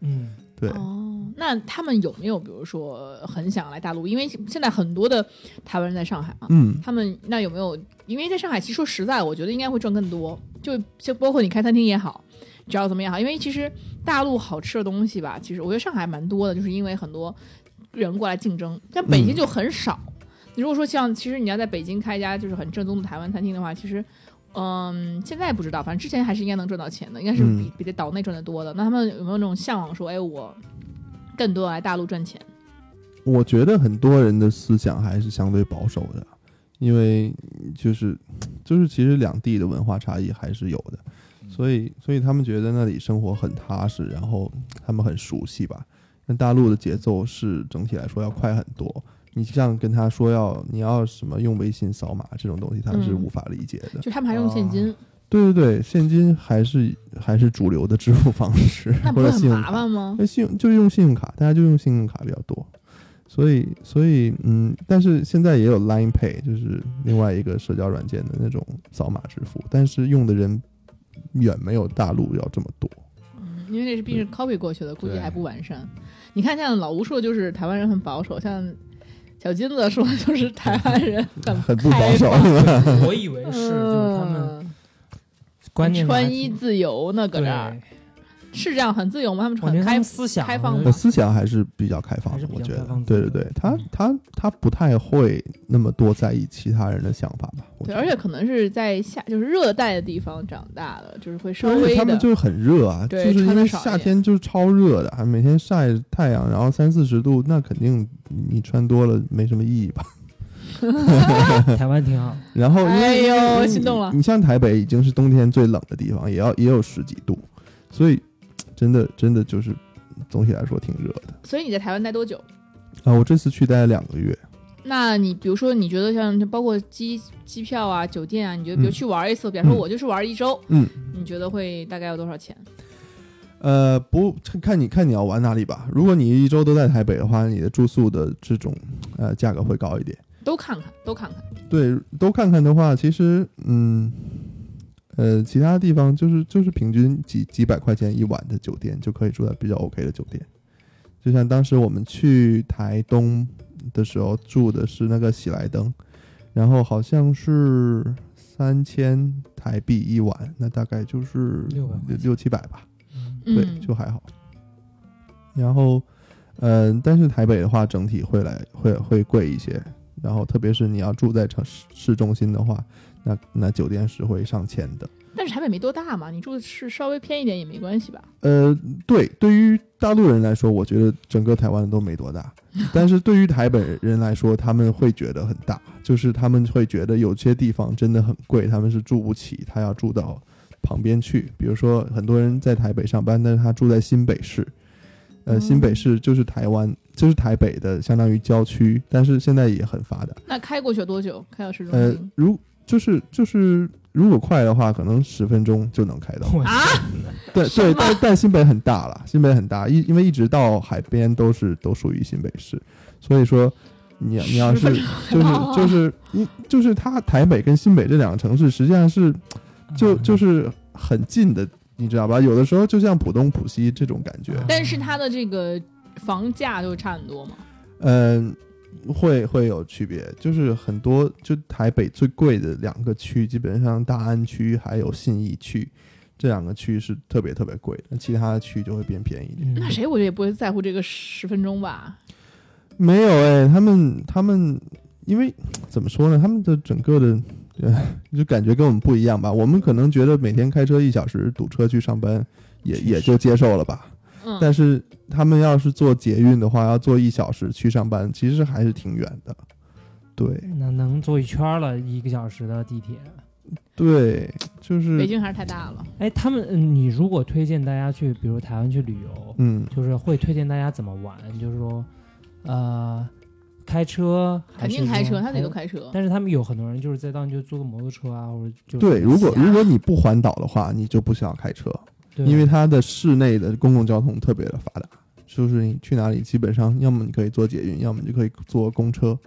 C: 嗯，
D: 对，
A: 哦，那他们有没有比如说很想来大陆？因为现在很多的台湾人在上海嘛，
D: 嗯，
A: 他们那有没有？因为在上海，其实说实在，我觉得应该会赚更多，就就包括你开餐厅也好，只要怎么也好，因为其实大陆好吃的东西吧，其实我觉得上海蛮多的，就是因为很多人过来竞争，但北京就很少。你如果说像，其实你要在北京开一家就是很正宗的台湾餐厅的话，其实。嗯，现在不知道，反正之前还是应该能赚到钱的，应该是比、
D: 嗯
A: 比在岛内赚的多的。那他们有没有那种向往说，哎，我更多地来大陆赚钱？
D: 我觉得很多人的思想还是相对保守的，因为就是就是其实两地的文化差异还是有的，所以所以他们觉得那里生活很踏实，然后他们很熟悉吧。但大陆的节奏是整体来说要快很多，你像跟他说要你要什么用微信扫码这种东西，他是
A: 嗯
D: 无法理解的。
A: 就他们还用现金，
D: 对对对，现金还是还是主流的支付方式
A: 那不会
D: 或者
A: 很
D: 信用
A: 麻
D: 卡。
A: 烦吗？
D: 那信用就是用信用卡，大家就用信用卡比较多，所以所以嗯，但是现在也有 Line Pay，就是另外一个社交软件的那种扫码支付，但是用的人远没有大陆要这么多。
A: 嗯，因为这是毕竟是 copy 过去的，估计
B: 对
A: 还不完善。你看，像老吴说的就是台湾人很保守，像小金子说的就是台湾人很
D: 很不保守
A: 开放
C: 我以为 是就是他们
A: 嗯
C: 观念还
A: 穿
C: 挺
A: 衣自由呢，搁
C: 对
A: 这儿是这样很自由吗？他们
C: 我
A: 很
C: 觉得他
A: 开
C: 们思想
A: 开放
D: 呃，
A: 吗
D: 思想还是比较开放
C: 还是
D: 的，
C: 比
D: 我
C: 较
D: 觉
C: 开放
D: 得
C: 的，嗯
D: 对对对，他他他不太会那么多在意其他人的想法吧，我
A: 对，
D: 觉得
A: 而且可能是在夏就是热带的地方长大的，就是会稍
D: 而且
A: 微
D: 他们
A: 的
D: 就是很热啊，就
A: 对
D: 是因
A: 穿得
D: 为
A: 少一
D: 夏
A: 点
D: 天就是超热的，还每天晒太阳，然后三四十度，那肯定你穿多了没什么意义吧。
C: 台湾挺好，
D: 然后因为
A: 哎呦
D: 因为
A: 心动
D: 你
A: 了
D: 你像台北已经是冬天最冷的地方，也要也有十几度，所以真的真的就是总体来说挺热的
A: 所以你在台湾待多久？
D: 啊！我这次去待了两个月，
A: 那你比如说，你觉得像包括机机票啊、酒店啊，你觉得比如
D: 嗯
A: 去玩一次，比方说我就是玩一周，
D: 嗯，
A: 你觉得会大概要多少钱？
D: 呃，不看你看你要玩哪里吧。如果你一周都在台北的话，你的住宿的这种呃价格会高一点。
A: 都看看，都看看。
D: 对，都看看的话，其实嗯，呃，其他地方就是就是平均几几百块钱一晚的酒店就可以住在比较 OK 的酒店。就像当时我们去台东的时候住的是那个喜来登，然后好像是三千台币一晚，那大概就是
C: 600块钱
D: 六七百吧。对，
A: 嗯，
D: 就还好。然后，嗯、但是台北的话，整体会来会会贵一些。然后，特别是你要住在城市市中心的话，那那酒店是会上千的。
A: 但是台北没多大嘛，你住的是稍微偏一点也没关系吧？
D: 呃，对，对于大陆人来说，我觉得整个台湾都没 多大，但是对于台北人来说，他们会觉得很大，就是他们会觉得有些地方真的很贵，他们是住不起，他要住到旁边去。比如说，很多人在台北上班，但是他住在新北市，呃，
A: 嗯
D: 新北市就是台湾，就是台北的相当于郊区，但是现在也很发达。
A: 那开过去有多久？开到市中
D: 呃
A: 心、，
D: 如就是就是。如果快的话，可能十分钟就 能开到。
C: 我
A: 啊？
D: 对
A: 是
D: 对，
A: 吗
D: 但但新北很大了，新北很大，一因为一直到海边都是都属于新北市，所以说你你要是
A: 十分
D: 就
A: 钟
D: 是就是一就是它台北跟新北这两个城市实际上
A: 嗯
D: 是
C: 嗯
D: 就就是很近的，你知道吧？有的时候就像浦东浦西这种感
C: 嗯
D: 觉，
A: 但是它的这个房价就会差很多嘛？
D: 嗯、会会有区别，就是很多就台北最贵的两个区，基本上大安区还有信义区。这两个区是特别特别贵的，那其他的区就会变便宜一
C: 嗯
D: 点。
A: 那谁我觉得也不会在乎这个十分钟吧？
D: 没有哎、他们他们因为怎么说呢，他们的整个的呃，就感觉跟我们不一样吧。我们可能觉得每天开车一小时堵车去上班，也
C: 确实
D: 也就接受了吧。
A: 嗯，
D: 但是他们要是坐捷运的话，要坐一小时去上班，其实还是挺远的。对
C: 那能坐一圈儿了，一个小时的地铁。
D: 对，就是
A: 北京还是太大了。
C: 哎，他们，嗯你如果推荐大家去，比如台湾去旅游，
D: 嗯，
C: 就是会推荐大家怎么玩，就是说，呃，开车还
A: 肯
C: 是
A: 定开车，
C: 说
A: 他得都。开车。
C: 但是他们有很多人就是在当地就租个摩托车啊，或者就
D: 对。如果
A: 啊
D: 如果你不环岛的话，你就不需要开车，
C: 对
D: 因为它的市内的公共交通特别的发达，就是你去哪里，基本上要么你可以坐捷运，要么你就可以坐公车，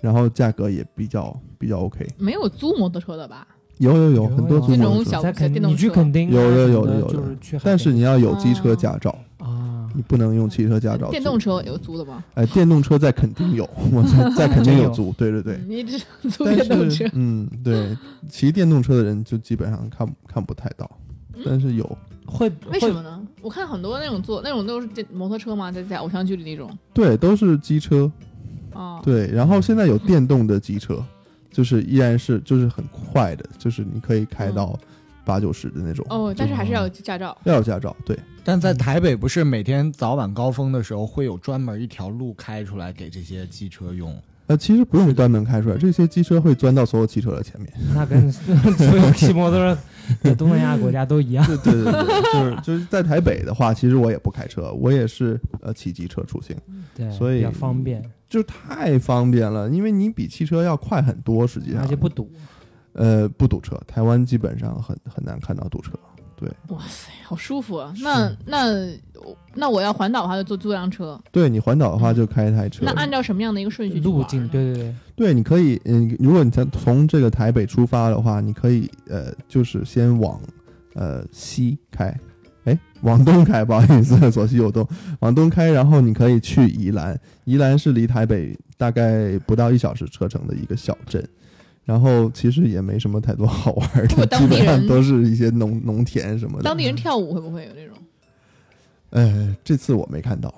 D: 然后价格也比较比较 OK。
A: 没有租摩托车的吧？
D: 有有
C: 有
D: 有很多
C: 有
D: 租
A: 这
D: 摩
A: 种
D: 托车，
A: 小
C: 在肯
A: 电动
C: 你去
A: 车
C: 垦丁啊
D: 有的
C: 什么
D: 有的有的
C: 就是去海边，
D: 但是你要有机车驾照，
C: 啊，
D: 你不能用汽车驾照。
A: 哦电动，车有租的吗？
D: 哎，电动车在垦 丁有，我在在垦丁
C: 真
D: 有
C: 有
D: 租，对对对。
A: 嗯你只能租电动
D: 但
A: 车
D: 是。嗯，对，骑电动车的人就基本上看看不太到，
A: 嗯
D: 但是有。
C: 会
A: 为什么呢？我看很多那种坐那种都是电摩托车嘛，在在偶像剧里那种。
D: 对，都是机车，
A: 哦，
D: 对，然后现在有电动的机车，就是依然是就是很快的，就是你可以开到八九十的那种。
A: 哦，但是还是要有驾照。
D: 要有驾照，对，
B: 但在台北不是每天早晚高峰的时候会有专门一条路开出来给这些机车用，
D: 呃，其实不用专门开出来，这些机车会钻到所有汽车的前面。
C: 那跟所有骑摩托车在东南亚国家都一样。
D: 对对对对， 就是就是在台北的话，其实我也不开车，我也是呃骑机车出行，
C: 对，
D: 所以
C: 比较方便，
D: 就太方便了，因为你比汽车要快很多，实际上
C: 而且不堵。
D: 呃不堵车，台湾基本上很很难看到堵车。
A: 哇塞，好舒服啊！那那那我要环岛的话，就坐租辆车。
D: 对你环岛的话，就开一台车
A: 那，按照什么样的一个顺序去
C: 路
A: 玩啊
C: 径，
A: 呢？
C: 对对对，
D: 对，你可以，嗯，如果你从从这个台北出发的话，你可以呃，就是先往呃西开，哎，往东开，不好意思，左西右东，往东开，然后你可以去宜兰，宜兰是离台北大概不到一小时车程的一个小镇。然后其实也没什么太多好玩儿
A: 如果
D: 的，
A: 当
D: 基
A: 地
D: 本上
A: 人
D: 都是一些农农田什么的。
A: 当地人跳舞会不会有这种？
D: 呃，这次我没看到。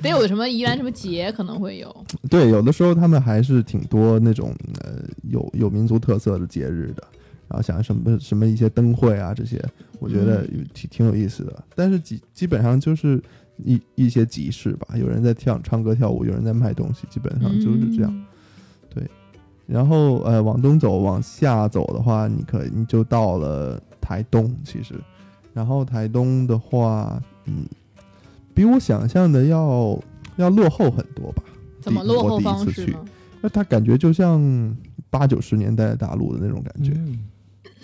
A: 得有什么宜兰什么节可能会有。
D: 对，有的时候他们还是挺多那种呃有有民族特色的节日的，然后像什么什么一些灯会啊这些，我觉得有挺挺有意思的。但是基基本上就是一一些集市吧，有人在跳唱歌跳舞，有人在卖东西，基本上啊就是这样。
A: 嗯。
D: 然后呃往东走往下走的话，你可以你就到了台东，其实。然后台东的话，嗯，比我想象的要要落后很多吧。
A: 怎么
D: 第
A: 落
D: 我
A: 后
D: 第一
A: 方
D: 次
A: 式
D: 去
A: 呢？
D: 那它感觉就像八九十年代的大陆的那种感觉。
C: 嗯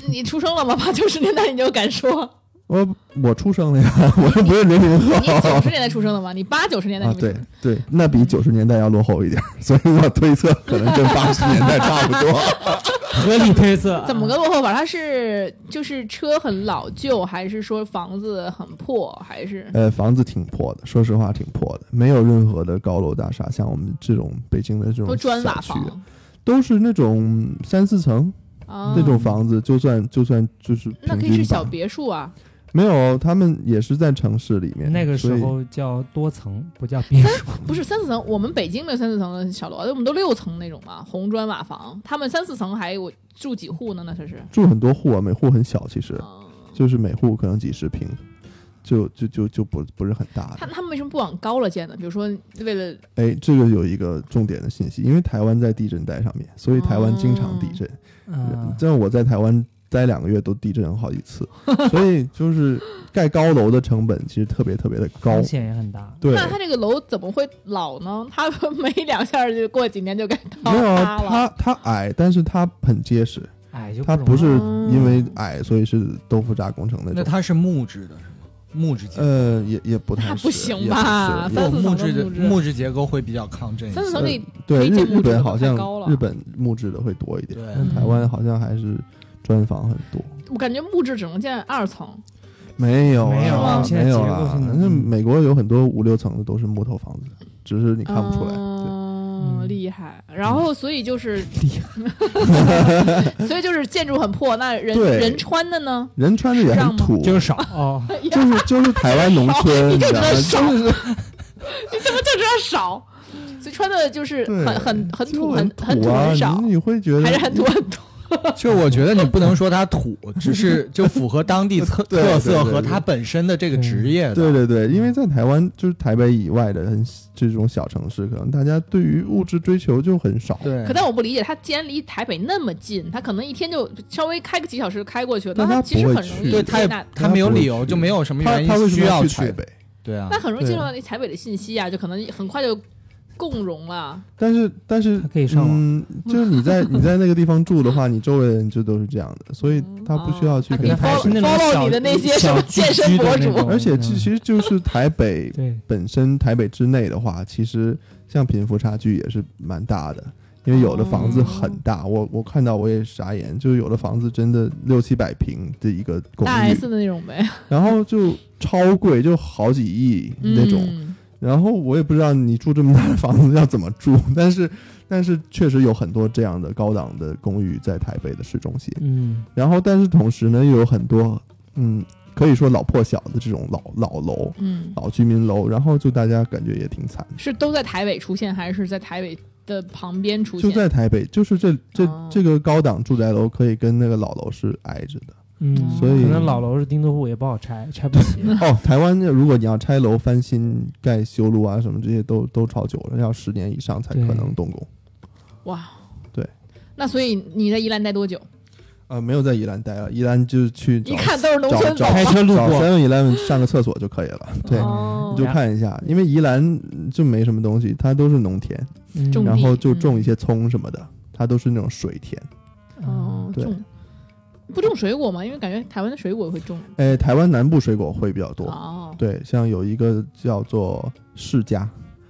A: 你出生了吗？八九十年代你就敢说？
D: 我我出生了呀， 我又不是零零
A: 你九
D: 后
A: 十。年代出生的吗？你八九十年代
D: 啊，
A: 你为什
D: 对
A: 么
D: 对，那比九十年代要落后一点， 所以我推测可能跟八十年代差不 多。
C: 合理推测啊
A: 怎么个落后法？它是就是车很老旧，还是说房子很破，还是
D: 呃，房子挺破的，说实话挺破的，没有任何的高楼大厦，像我们这种北京的这种
A: 都砖瓦
D: 小区啊
A: 房
D: 都是那种三四层
A: 啊？
D: 那种房子，就算就算就是
A: 那
D: 平
A: 可以是
D: 均
A: 小
D: 吧，
A: 别墅啊，
D: 没有，他们也是在城市里面。
C: 那个时
D: 所以
C: 候叫多层，不叫别墅。
A: 不是三四层。我们北京没有三四层的小楼，我们都六层那种嘛，红砖瓦房。他们三四层还我住几户呢？那可是。
D: 住很多户啊，每户很小，其实
A: 嗯
D: 就是每户可能几十平，就就就就不不是很大
A: 他
D: 的。
A: 他们为什么不往高了建呢？比如说，为了
D: 哎，这个有一个重点的信息，因为台湾在地震带上面，所以台湾经常地震。
A: 哦
C: 嗯，
D: 这我在台湾待两个月都地震好几次，所以就是盖高楼的成本其实特别特别的高
C: 风。险也很大。
D: 对，
A: 那他这个楼怎么会老呢？他没两下就过几年就该倒
D: 没有啊
A: 塌，了。
D: 它它矮，但是它很结实，
C: 哎，就
D: 它
C: 不
D: 不
C: 容易
D: 是因为矮所以是豆腐渣工程那
B: 啊那
D: 种。
B: 它是木质的，是吗？木质结构，
D: 呃，也也不太
A: 那
D: 是
A: 不行
D: 也
A: 吧
D: 是
A: 三
B: 有
A: 四层
B: 木
A: 的
B: 质的
A: 木质
B: 木质结构会比较抗震一些。
A: 三四层可以推
D: 对日
A: 荐木质
D: 日
A: 的
D: 本好
A: 太
D: 像
A: 高了
D: 日本木质的会多一点，
B: 对，
C: 嗯
D: 台湾好像还是砖房很多。
A: 我感觉木质只能建二层，
D: 没有
C: 没有
D: 啊
C: 啊，现在
D: 没有
C: 结构
D: 啊
C: 性的，
D: 那
C: 嗯
D: 美国有很多五六层的都是木头房子，只是你看不出来。对
A: 嗯，
C: 嗯
A: 厉害。然后所以就是
C: 厉
A: 害， 所以就是建筑很破，那人
D: 对
A: 人穿的呢？
D: 人穿着也很土，啊
C: 就是 少哦，
D: 就是就是台湾农村，
A: 你
D: 知
A: 就
D: 道
A: 知道？
D: 吗就
A: 少，
D: 是
A: 你怎么就知道少？所以穿的就是
D: 对
A: 很很很
D: 就
A: 土，很很
D: 土
A: 土
D: 啊，
A: 很少
D: 你，你会觉
A: 还是
D: 得
A: 很土很土。
B: 就我觉得你不能说它土，只是就符合当地特
D: 对对
B: 特色
D: 对
B: 和
D: 对嗯
B: 它本身的这个职业的。
D: 对对对，因为在台湾就是台北以外的很这种小城市，可能大家对于物质追求就很少。
B: 对
A: 可但我不理解，他既然离台北那么近，他可能一天就稍微开个几小时就开过去了，那
D: 但他
A: 其实
D: 不会
A: 很容
D: 去
A: 易
B: 对他
A: 接
B: 也
A: 纳。
B: 他没有理
D: 他不
B: 由，
D: 会去
B: 就没有什么
D: 他
B: 原
D: 他为
B: 因
D: 什
B: 需
D: 么
B: 要
D: 去台北？
B: 对啊
A: 那，很容易接
D: 对
A: 受到你台北的信息啊，就可能很快就共融了。
D: 但是但是
C: 它可以上网
D: 嗯，就是 你在你在那个地方住的话，你周围人就都是这样的，所以他不需要去
A: 嗯哦
D: 跟
A: 他可以
D: 台
C: 还是
D: 北。
C: 那
A: follow
C: 种小
A: 你的那些
C: 小
A: 什么
C: 聚
A: 健身
C: 居的
A: 博
C: 那
A: 主
C: 种
D: 而且
C: 嗯
D: 其其实就是台北
C: 对
D: 本身台北之内的话，其实像贫富差距也是蛮大的，因为有的房子很大，
A: 哦
D: 我我看到我也傻眼，就是有的房子真的六七百平的一个公
A: 大
D: 寓
A: S，的那种呗，
D: 然后就超贵，就好几亿那种。
A: 嗯
D: 然后我也不知道你住这么大的房子要怎么住， 但是但是确实有很多这样的高档的公寓在台北的市中心。
C: 嗯，
D: 然后但是同时呢，又有很多嗯，可以说老破小的这种老老楼。
A: 嗯，
D: 老居民楼，然后就大家感觉也挺惨的，
A: 是都在台北出现，还是在台北的旁边出
D: 就
A: 现？
D: 在台北，就是这这、
A: 哦
D: 这个高档住宅楼可以跟那个老楼是挨着的。
C: 嗯，
A: 所以
C: 可能老楼是钉子户，也不好拆，拆不起。
D: 哦，台湾如果你要拆楼翻新、盖修路啊什么这些都都超久了，要十年以上才可能动工。
A: 哇，
D: 对。
A: 那所以你在宜兰待多久？
D: 呃，没有在宜兰待了，宜兰就是去找
A: 一看都是农
D: 找
A: 村
D: 找
A: 房
C: 开
A: 嘛，
C: 车路
D: 找
C: 过
D: Seven Eleven 上个厕所就可以了。对，
A: 哦
D: 你就看一下，因为宜兰嗯就没什么东西，它都是农田，
C: 嗯
A: 种
D: 然后
A: 地
D: 就种
A: 嗯
D: 一些葱什么的，它都是那种水田。
A: 哦
C: 嗯，
D: 对
A: 种不种水果吗？因为感觉台湾的水果会种
D: 哎，台湾南部水果会比较多，
A: 哦，
D: 对，像有一个叫做释迦，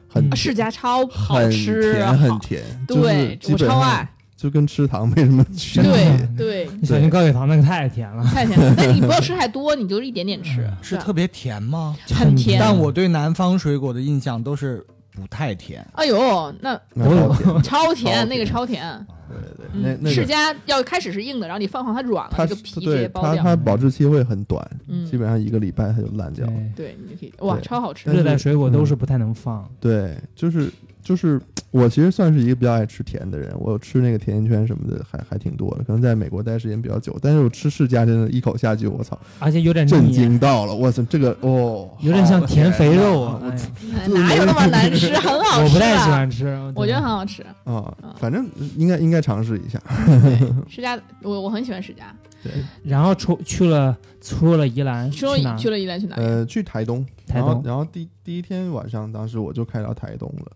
D: 很
C: 嗯
A: 啊世家超好
D: 很
A: 吃，啊
D: 甜很，甜，就是
A: 对
D: 基
A: 我
D: 本
A: 超
D: 上
A: 爱，
D: 就跟吃糖没什么区别。
A: 对对，
C: 你小心高血糖，那个太甜了，
A: 太 甜了。但你不要吃太多，你就一点点吃，
B: 是
A: 对
B: 特别甜吗？
A: 很甜。
B: 但我对南方水果的印象都是不太甜。
A: 哎呦，那
D: 那超甜，
A: 超甜，
D: 甜
A: 那个超甜。
D: 对对对，那
A: 嗯，
D: 那
A: 世
D: 个
A: 家要开始是硬的，然后你放放它软了，
D: 它
A: 那个皮直接
D: 对
A: 剥
D: 它
A: 掉。
D: 它保质期会很短，
A: 嗯
D: 基，本上一个礼拜它就烂掉了。
C: 对
A: 对，你就可以哇，
D: 对
A: 超好吃
D: 但。嗯
C: 热带
D: 是
C: 水果都
D: 嗯
C: 是不太能放。
D: 对，就是就是，我其实算是一个比较爱吃甜的人，我吃那个甜甜圈什么的还还挺多的，可能在美国待时间比较久，但是我吃世家真的，一口下去，我操，
C: 而且有点
D: 震
C: 腻，
D: 惊到了，我操，这个哦，
C: 有点像甜肥肉
D: 好
C: 啊！
D: 的天
C: 哎
A: 哎
C: 呀
D: 哪
A: 哪有那么难吃？很好吃、啊，
C: 我不太喜，欢吃，
A: 我觉得很好吃。
D: 啊、反正应该应该尝试一下，
A: 对，世家，我我很喜欢世家。
D: 对，
C: 然后出去了，出了宜兰，
A: 去
C: 去哪？
A: 去了宜兰去哪？
D: 呃，去台东，
C: 台
D: 然后
C: 东
D: 然后第第一天晚上，当时我就开到台东了，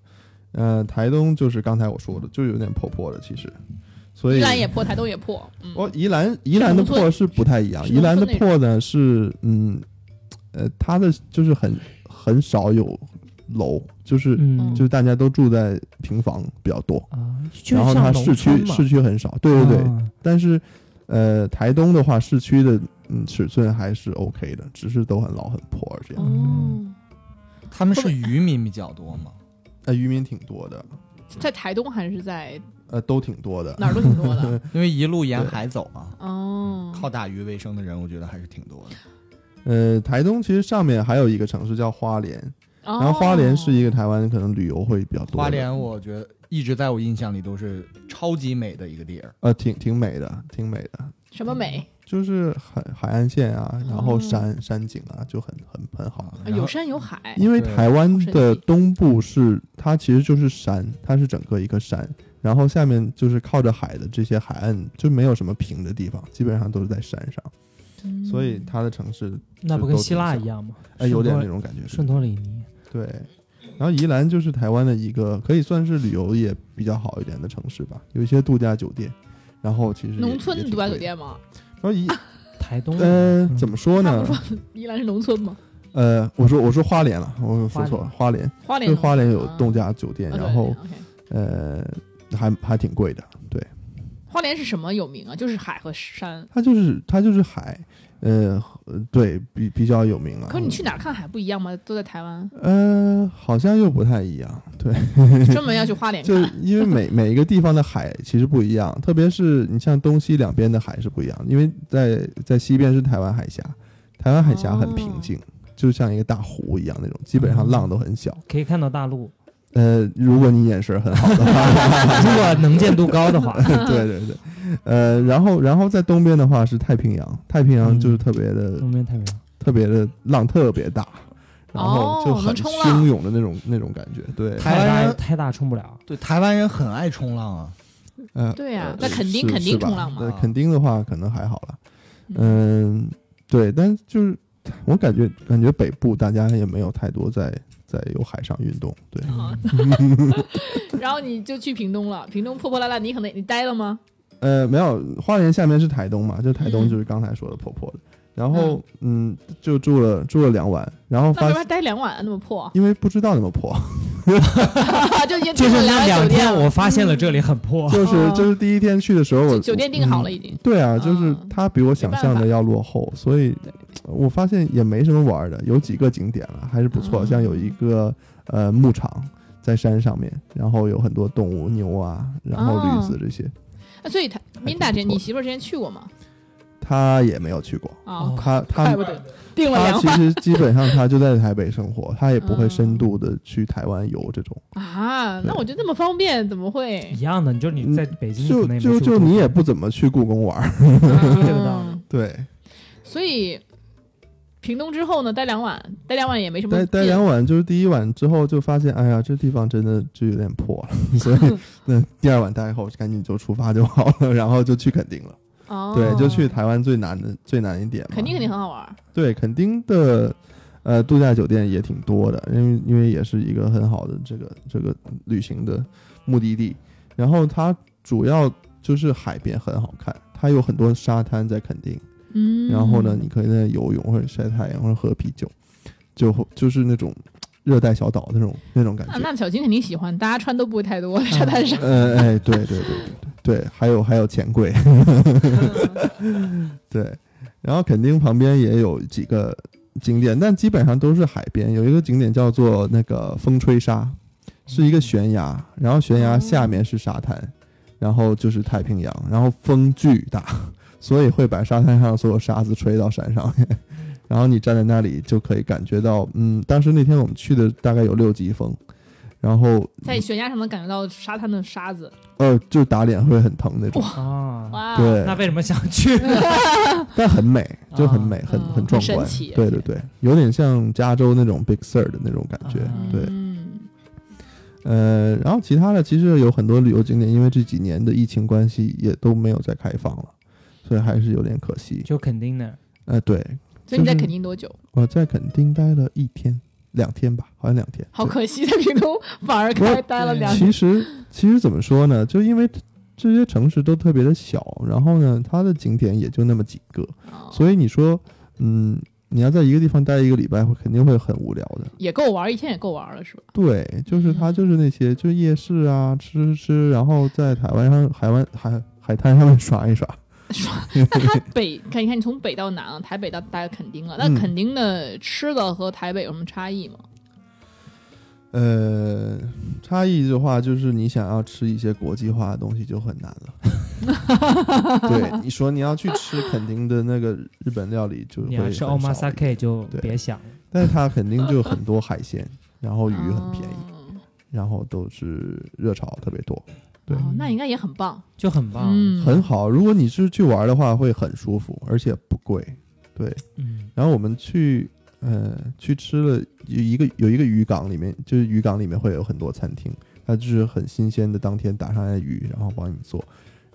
D: 呃，台东就是刚才我说的，就有点破破的，其实，所以
A: 宜兰也破，台东也破。嗯，
D: 哦，宜兰宜兰的破是不太一样，
A: 是
D: 宜
A: 农
D: 兰
A: 村
D: 的破呢是嗯，呃，它的就是很很少有楼，就是、
C: 嗯，
D: 就是大家都住在平房比较多，
C: 啊，就
D: 然后
C: 像
D: 它
C: 农
D: 市区
C: 村嘛
D: 市区很少，对对对，
C: 啊
D: 但是呃，台东的话，市区的嗯尺寸还是 OK 的，只是都很老很破这样，
A: 哦，
B: 他们是渔民比较多嘛？
D: 呃，渔民挺多的，
A: 在台东还是在
D: 呃，都挺多的，
A: 哪儿都挺多 的。
B: 因为一路沿海走啊，
A: 哦，
B: 靠打鱼为生的人，我觉得还是挺多的。
D: 呃，台东其实上面还有一个城市叫花莲，
A: 然
C: 哦
D: 然后花莲是一个台湾可能旅游会比较多的，
B: 花莲，我觉得一直在我印象里都是超级美的一个地儿。
D: 呃，挺挺美的，挺美的，
A: 什么美？
D: 就是海海岸线啊，然后
A: 哦
D: 山、山景啊，就很很很好。
A: 啊
B: 然后
A: 有山有海。
D: 因为
B: 对
D: 台湾
A: 好神
D: 的
A: 奇
D: 东部是它其实就是山，它是整个一个山，然后下面就是靠着海的这些海岸就没有什么平的地方，基本上都是在山上，
A: 嗯
D: 所以它的城市
C: 那不跟希腊一样吗？
D: 哎有点那
C: 种
D: 种感觉是
C: 圣托里尼。
D: 对。然后宜兰就是台湾的一个可以算是旅游也比较好一点的城市吧，有一些度假酒店，然后其实也
A: 农村
D: 也
A: 的
D: 挺
A: 度假
D: 贵
A: 酒
D: 的
A: 店吗？
D: 然 后宜
C: 台东
D: 呃
C: 嗯
D: 怎么说
A: 他
D: 呢
A: 不？说宜兰是农村吗？
D: 呃，我说我说花莲了，我说错了，花莲
A: 花莲
D: 就
A: 呢，
D: 花莲有
A: 啊
D: 度假酒店，
A: 啊对
D: 然后
A: 对，OK
D: 呃还还挺贵的，对，
A: 花莲是什么有名啊？就是海和山。
D: 它就是它就是海，呃呃对比比较有名了。
A: 可是你去哪儿看海不一样吗？都在台 湾，
D: 呃好像又不太一样，对，
A: 专门要去花莲
D: 就
A: 看。
D: 因为每每一个地方的海其实不一样，特别是你像东西两边的海是不一样的，因为在在西边是台湾海峡，台湾海峡很
A: 哦嗯
D: 平静。就像一个大湖一样那种，基本上浪都很小。
C: 可以看到大陆，
D: 呃，如果你眼神很好的话，
C: 如果能见度高 的话，
D: 对对对，呃，然后然后在东边的话是太平洋，太平洋就是特别的、
C: 东边太平洋。
D: 特别的浪特别大，然后就
A: 哦
D: 很
A: 能冲浪
D: 汹涌的那种那种感觉， 对，
B: 台
C: 太
B: 湾
C: 大
B: 人
C: 太大冲不了，
B: 对台湾人很爱冲浪啊，
D: 呃，
A: 对呀
D: 呃
A: 那垦丁
D: 是
A: 垦丁
D: 是吧
A: 冲浪嘛
D: 对，垦丁的话可能还好了，
A: 嗯，
D: 嗯、对，但就是我感觉感觉北部大家也没有太多在在有海上运动，对，
A: 啊然后你就去屏东了，屏东破破烂烂，你可能你待了吗？
D: 呃，没有，花莲下面是台东嘛，就是台东
A: 嗯
D: 就是刚才说的婆婆的，然后嗯就住了住了两晚，然后
A: 那
D: 发，
A: 边待两晚那么破
D: 因为不知道那 么破。
A: 就已经
C: 就是
A: 订了
C: 那
A: 晚
C: 两
A: 酒店
C: 天，
A: 了
C: 我发现了这里很破。
D: 就是
A: 哦
D: 就是第一天去的时候，我
A: 酒酒店订好了
D: 嗯
A: 已经。
D: 对啊，就是
A: 嗯
D: 它比我想象的要落后，所以
A: 对
D: 我发现也没什么玩儿的，有几个景点了，还是不错，
A: 嗯
D: 像有一个呃牧场在山上面，然后有很多动物，牛啊，然后
A: 哦
D: 驴子这些，
A: 啊，所以他
D: 挺
A: 琳达这
D: 不错
A: 你媳妇儿之前去过吗？
D: 他也没有去过，
A: 啊，
D: 他
A: 怪
D: 他
A: 不得订了
D: 他
A: 两
D: 其
A: 晚
D: 实基本上他就在台北生活，他也不会
A: 嗯
D: 深度的去台湾游这种。
A: 啊，
D: 对
A: 那我觉得那么方便，怎么会
C: 一？样的，你就是你在北京
D: 就
C: 可能也没
D: 就
C: 去过
D: 就你也不怎么去故宫玩儿，
C: 这个道理
A: 嗯
D: 对，
A: 所以屏东之后呢，待两晚，待两晚也没什么
D: 待
A: 劲。
D: 待两晚，就是第一晚之后就发现，哎呀，这地方真的就有点破了， 所 以那第二晚待后赶紧就出发就好了，然后就去垦丁了。
A: 哦，
D: 对，就去台湾最难的最难一点嘛。
A: 肯定肯定很好玩儿。
D: 对垦丁的呃度假酒店也挺多的，因为因为也是一个很好的这个这个旅行的目的地。然后它主要就是海边很好看，它有很多沙滩在垦丁。
A: 嗯，
D: 然后呢，你可以在游泳或者晒太阳或者喝啤酒，就会就是那种热带小岛那种那种感
A: 啊，
D: 觉。
A: 那小金肯定喜欢，大家穿都不会太多，沙滩上。
D: 呃，哎，对对对对对对，还有还有钱柜，
A: 嗯
D: 对，然后垦丁旁边也有几个景点，但基本上都是海边。有一个景点叫做那个风吹沙，是一个悬崖，然后悬崖
A: 哦
D: 下面是沙滩，然后就是太平洋，然后风巨大，所以会把沙滩上所有沙子吹到山上面。然后你站在那里就可以感觉到，嗯，当时那天我们去的大概有六级风，然后
A: 在悬崖上能感觉到沙滩的沙子，
D: 呃，就打脸会很疼那种。
C: 啊，
A: 哇，
D: 对
C: 那，为什么想 去？
D: 但很美，就很美，很
A: 嗯
D: 很壮
A: 很神
D: 观。
A: 奇
D: 对对对，有点像加州那种 Big Sur 的那种感觉。
C: 啊
D: 对，
A: 嗯，
D: 呃，然后其他的其实有很多旅游景点，因为这几年的疫情关系也都没有再开放了，所以还是有点可惜。
C: 就肯定的，
D: 呃，对
A: 所以你在
D: 就是
A: 垦丁多久？
D: 我在垦丁待了一天、两天吧，好像两天。
A: 好可惜，在屏东反而开 待了两
D: 其实其实怎么说呢，就因为这些城市都特别的小，然后呢，它的景点也就那么几个，
A: 哦
D: 所以你说，嗯，你要在一个地方待一个礼拜，会肯定会很无聊的。
A: 也够玩，一天也够玩了，是吧？
D: 对，就是它就是那些，就是夜市啊，吃吃吃，然后在台湾上海湾海海滩上面耍一耍。
A: 那它北，看你看你从北到南啊，台北到待垦丁了，那
D: 嗯
A: 垦丁的吃的和台北有什么差异吗？
D: 呃，差异的话，就是你想要吃一些国际化的东西就很难了。对，你说你要去吃肯定的那个日本料理，就
C: 你
D: 会
C: 要吃
D: 很少
C: omasake 就
D: 对
C: 别想了。
D: 但是它肯定就很多海鲜，然后鱼很便宜，
A: 哦
D: 然后都是热炒特别多，对
A: 哦，那应该也很棒。
C: 就很棒。
A: 嗯，
D: 很好。如果你是去玩的话，会很舒服，而且不贵。对，
C: 嗯
D: 然后我们去呃去吃了有一个有一个渔港里面，就是渔港里面会有很多餐厅，它就是很新鲜的当天打上来的鱼，然后帮你做，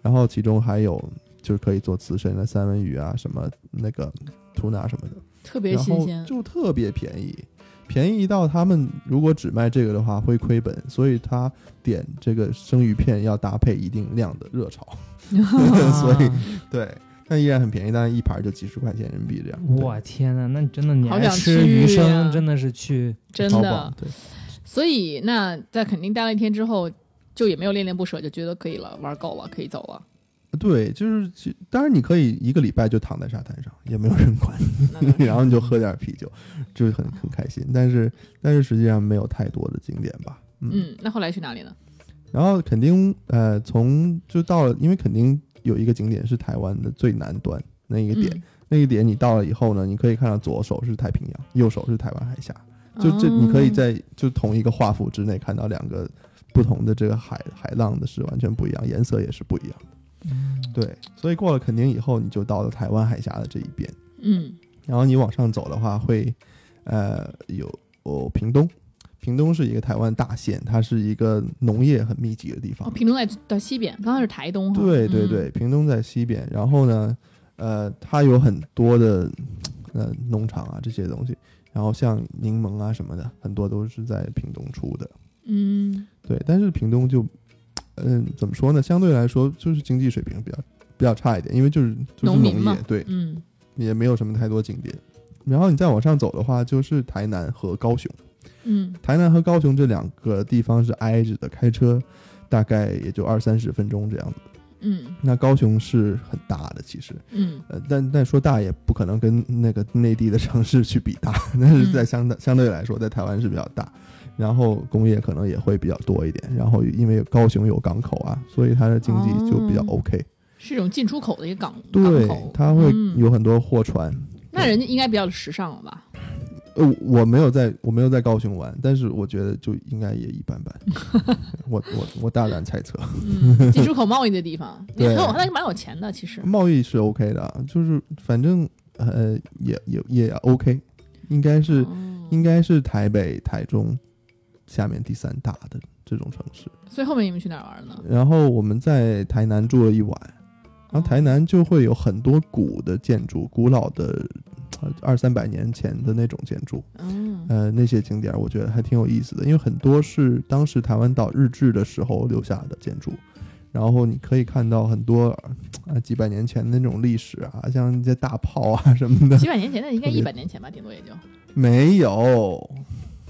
D: 然后其中还有就是可以做刺身的三文鱼啊，什么那个图拿什么的，
A: 特别
D: 然
A: 新
D: 后
A: 鲜。
D: 就特别便宜。便宜到他们如果只卖这个的话会亏本，所以他点这个生鱼片要搭配一定量的热 炒， 所以对，但依然很便宜，但是一盘就几十块钱人民币这样。对
C: 我天呐，那你真的你
A: 好
C: 爱
A: 想去
C: 吃
A: 啊
C: 鱼
A: 呀
C: 生，真的是去
A: 真
D: 淘
A: 的
D: 宝，对，
A: 所以那在垦丁待了一天之后，就也没有恋恋不舍，就觉得可以了，玩够了，可以走了。
D: 对，就是其当然你可以一个礼拜就躺在沙滩上，也没有人管
A: 那当然
D: 你，然后你就喝点啤酒，就很很开心。但是但是实际上没有太多的景点吧，嗯。
A: 嗯，那后来去哪里呢？
D: 然后肯定呃，从就到了，因为肯定有一个景点是台湾的最南端那一个点，
A: 嗯
D: 那个点你到了以后呢，你可以看到左手是太平洋，右手是台湾海峡，
A: 嗯哦
D: 就这你可以在就同一个画幅之内看到两个不同的这个海海浪的是完全不一样，颜色也是不一样。对，所以过了垦丁以后，你就到了台湾海峡的这一边，
A: 嗯
D: 然后你往上走的话会，呃，有哦屏东，屏东是一个台湾大县，它是一个农业很密集的地
A: 哦，
D: 方。
A: 屏东在在西边，刚刚是台东哈。
D: 对对
A: 嗯
D: 对，，屏东在西边，然后呢，呃，它有很多的呃农场啊这些东西，然后像柠檬啊什么的，很多都是在屏东出的。
A: 嗯
D: 对，但是屏东就，嗯、怎么说呢？相对来说，就是经济水平比较比较差一点，因为就是就是
A: 农民
D: 农
A: 嘛
D: 业，对，
A: 嗯，
D: 也没有什么太多景点。然后你再往上走的话，就是台南和高雄。
A: 嗯，
D: 台南和高雄这两个地方是挨着的，开车大概也就二三十分钟这样子。
A: 嗯
D: 那高雄是很大的，其实，
A: 嗯
D: 呃，但但说大也不可能跟那个内地的城市去比大，但是
A: 嗯
D: 在相当相对来说，在台湾是比较大，然后工业可能也会比较多一点，然后因为高雄有港口啊，所以它的经济就比较
A: 哦
D: OK，、
A: 是一种进出口的一个港港
D: 对
A: 口，，
D: 它会
A: 嗯
D: 有很多货船。
A: 那人家应该比较时尚了吧？
D: 呃，我没有在，我没有在高雄玩，但是我觉得就应该也一般 般。我我我大胆猜测，
A: 嗯，进出口贸易的地 方，那
D: 对
A: 很有，那蛮有钱的，其实。
D: 贸易是 OK 的啊，就是反正呃也也也 OK，应该是、
A: 哦
D: 应该是台北、台中下面第三大的这种城市。
A: 所以后面你们去哪儿玩了呢？
D: 然后我们在台南住了一晚，然后台南就会有很多古的建筑，古老的呃二三百年前的那种建筑，
A: 嗯，
D: 呃，那些景点儿我觉得还挺有意思的，因为很多是当时台湾岛日治的时候留下的建筑，然后你可以看到很多啊几百年前的那种历史啊，像一些大炮啊什么的，
A: 几百年前，那应该
D: 特别
A: 一百年前吧，顶多也就
D: 没有，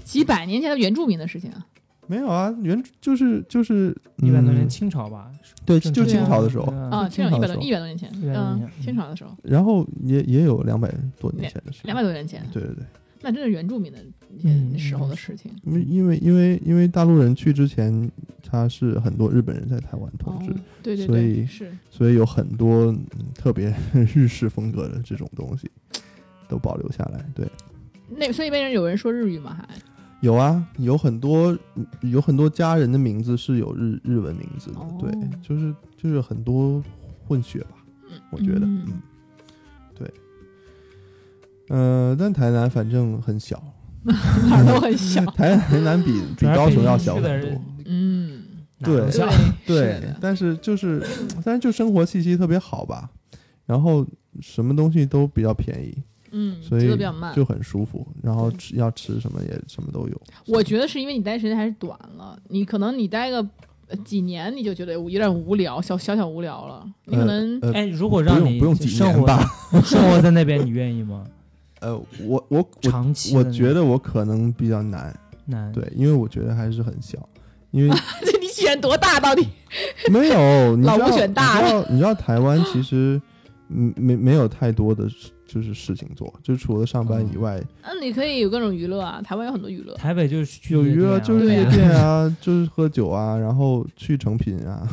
A: 几百年前的原住民的事情啊。
D: 没有啊，原就是就是
C: 一百多年
D: 嗯
C: 清朝吧，
D: 对，
C: 正
D: 就
C: 常
D: 清朝的
C: 对
D: 时候，
C: 啊
A: 啊，
D: 嗯
A: 清
D: 清
A: 朝一
D: 朝
A: 百
D: 的
A: 多一
D: 时
A: 百多年前，
C: 100多
A: 嗯
C: 年，
A: 清朝的时候，
D: 然后也也有两百多年前的事，
A: 两百多年前，
D: 对对对，
A: 那真是原住民的那
C: 嗯
A: 些
C: 嗯
A: 时候的事情。
D: 因为因为因为因为大陆人去之前，他是很多日本人在台湾统治。
A: 哦，对对
D: 嗯所
A: 对，
D: 以
A: 是
D: 所以有很多、嗯特别日式风格的这种东西都保留下来。对，
A: 那所以被人有人说日语吗？还
D: 有啊，有很多有很多家人的名字是有日日文名字的，
A: 哦
D: 对，就是就是很多混血吧，我觉得，
A: 嗯
D: 嗯，对，呃，但台南反正很小，
A: 哪儿都很 小。
D: 台台南比
C: 主
D: 比高
C: 北
D: 雄要
C: 京
D: 小
C: 市
D: 很
C: 的
D: 多
C: 人，
A: 嗯，
C: 哪都
D: 对
C: 小，
A: 是
D: 对
A: 的，
D: 但是就是，但是就生活气息特别好吧，然后什么东西都比较便宜，
A: 嗯，
D: 所
A: 节
D: 以
A: 奏比较慢。
D: 就很舒服，然后吃要吃什么也什么都有。
A: 我觉得是因为你待时间还是短了，你可能你待个呃几年，你就觉得有点无聊，小小小无聊了。你可 能
D: 呃
C: 哎，如果
D: 不
C: 让
D: 用
C: 你
D: 不用几
C: 生
D: 年
C: 活
D: 吧，
C: 生活在那边，你愿意吗？
D: 呃，我我我
C: 长期
D: 我
C: 的那
D: 觉
C: 种
D: 得我可能比较难，
C: 难，
D: 对，因为我觉得还是很小，因为
A: 这你选多大到底？
D: 没有你知
A: 老
D: 道
A: 吴选大
D: 你知道你知道台湾其实嗯没没有太多的事就是事情做，就除了上班以外，
A: 那嗯你可以有各种娱乐啊，台湾有很多娱乐。
C: 台北就是去
D: 有娱乐
C: 乐
D: 就是
A: 对
D: 夜
A: 啊
D: 店啊，就是喝酒啊，然后去诚品 啊，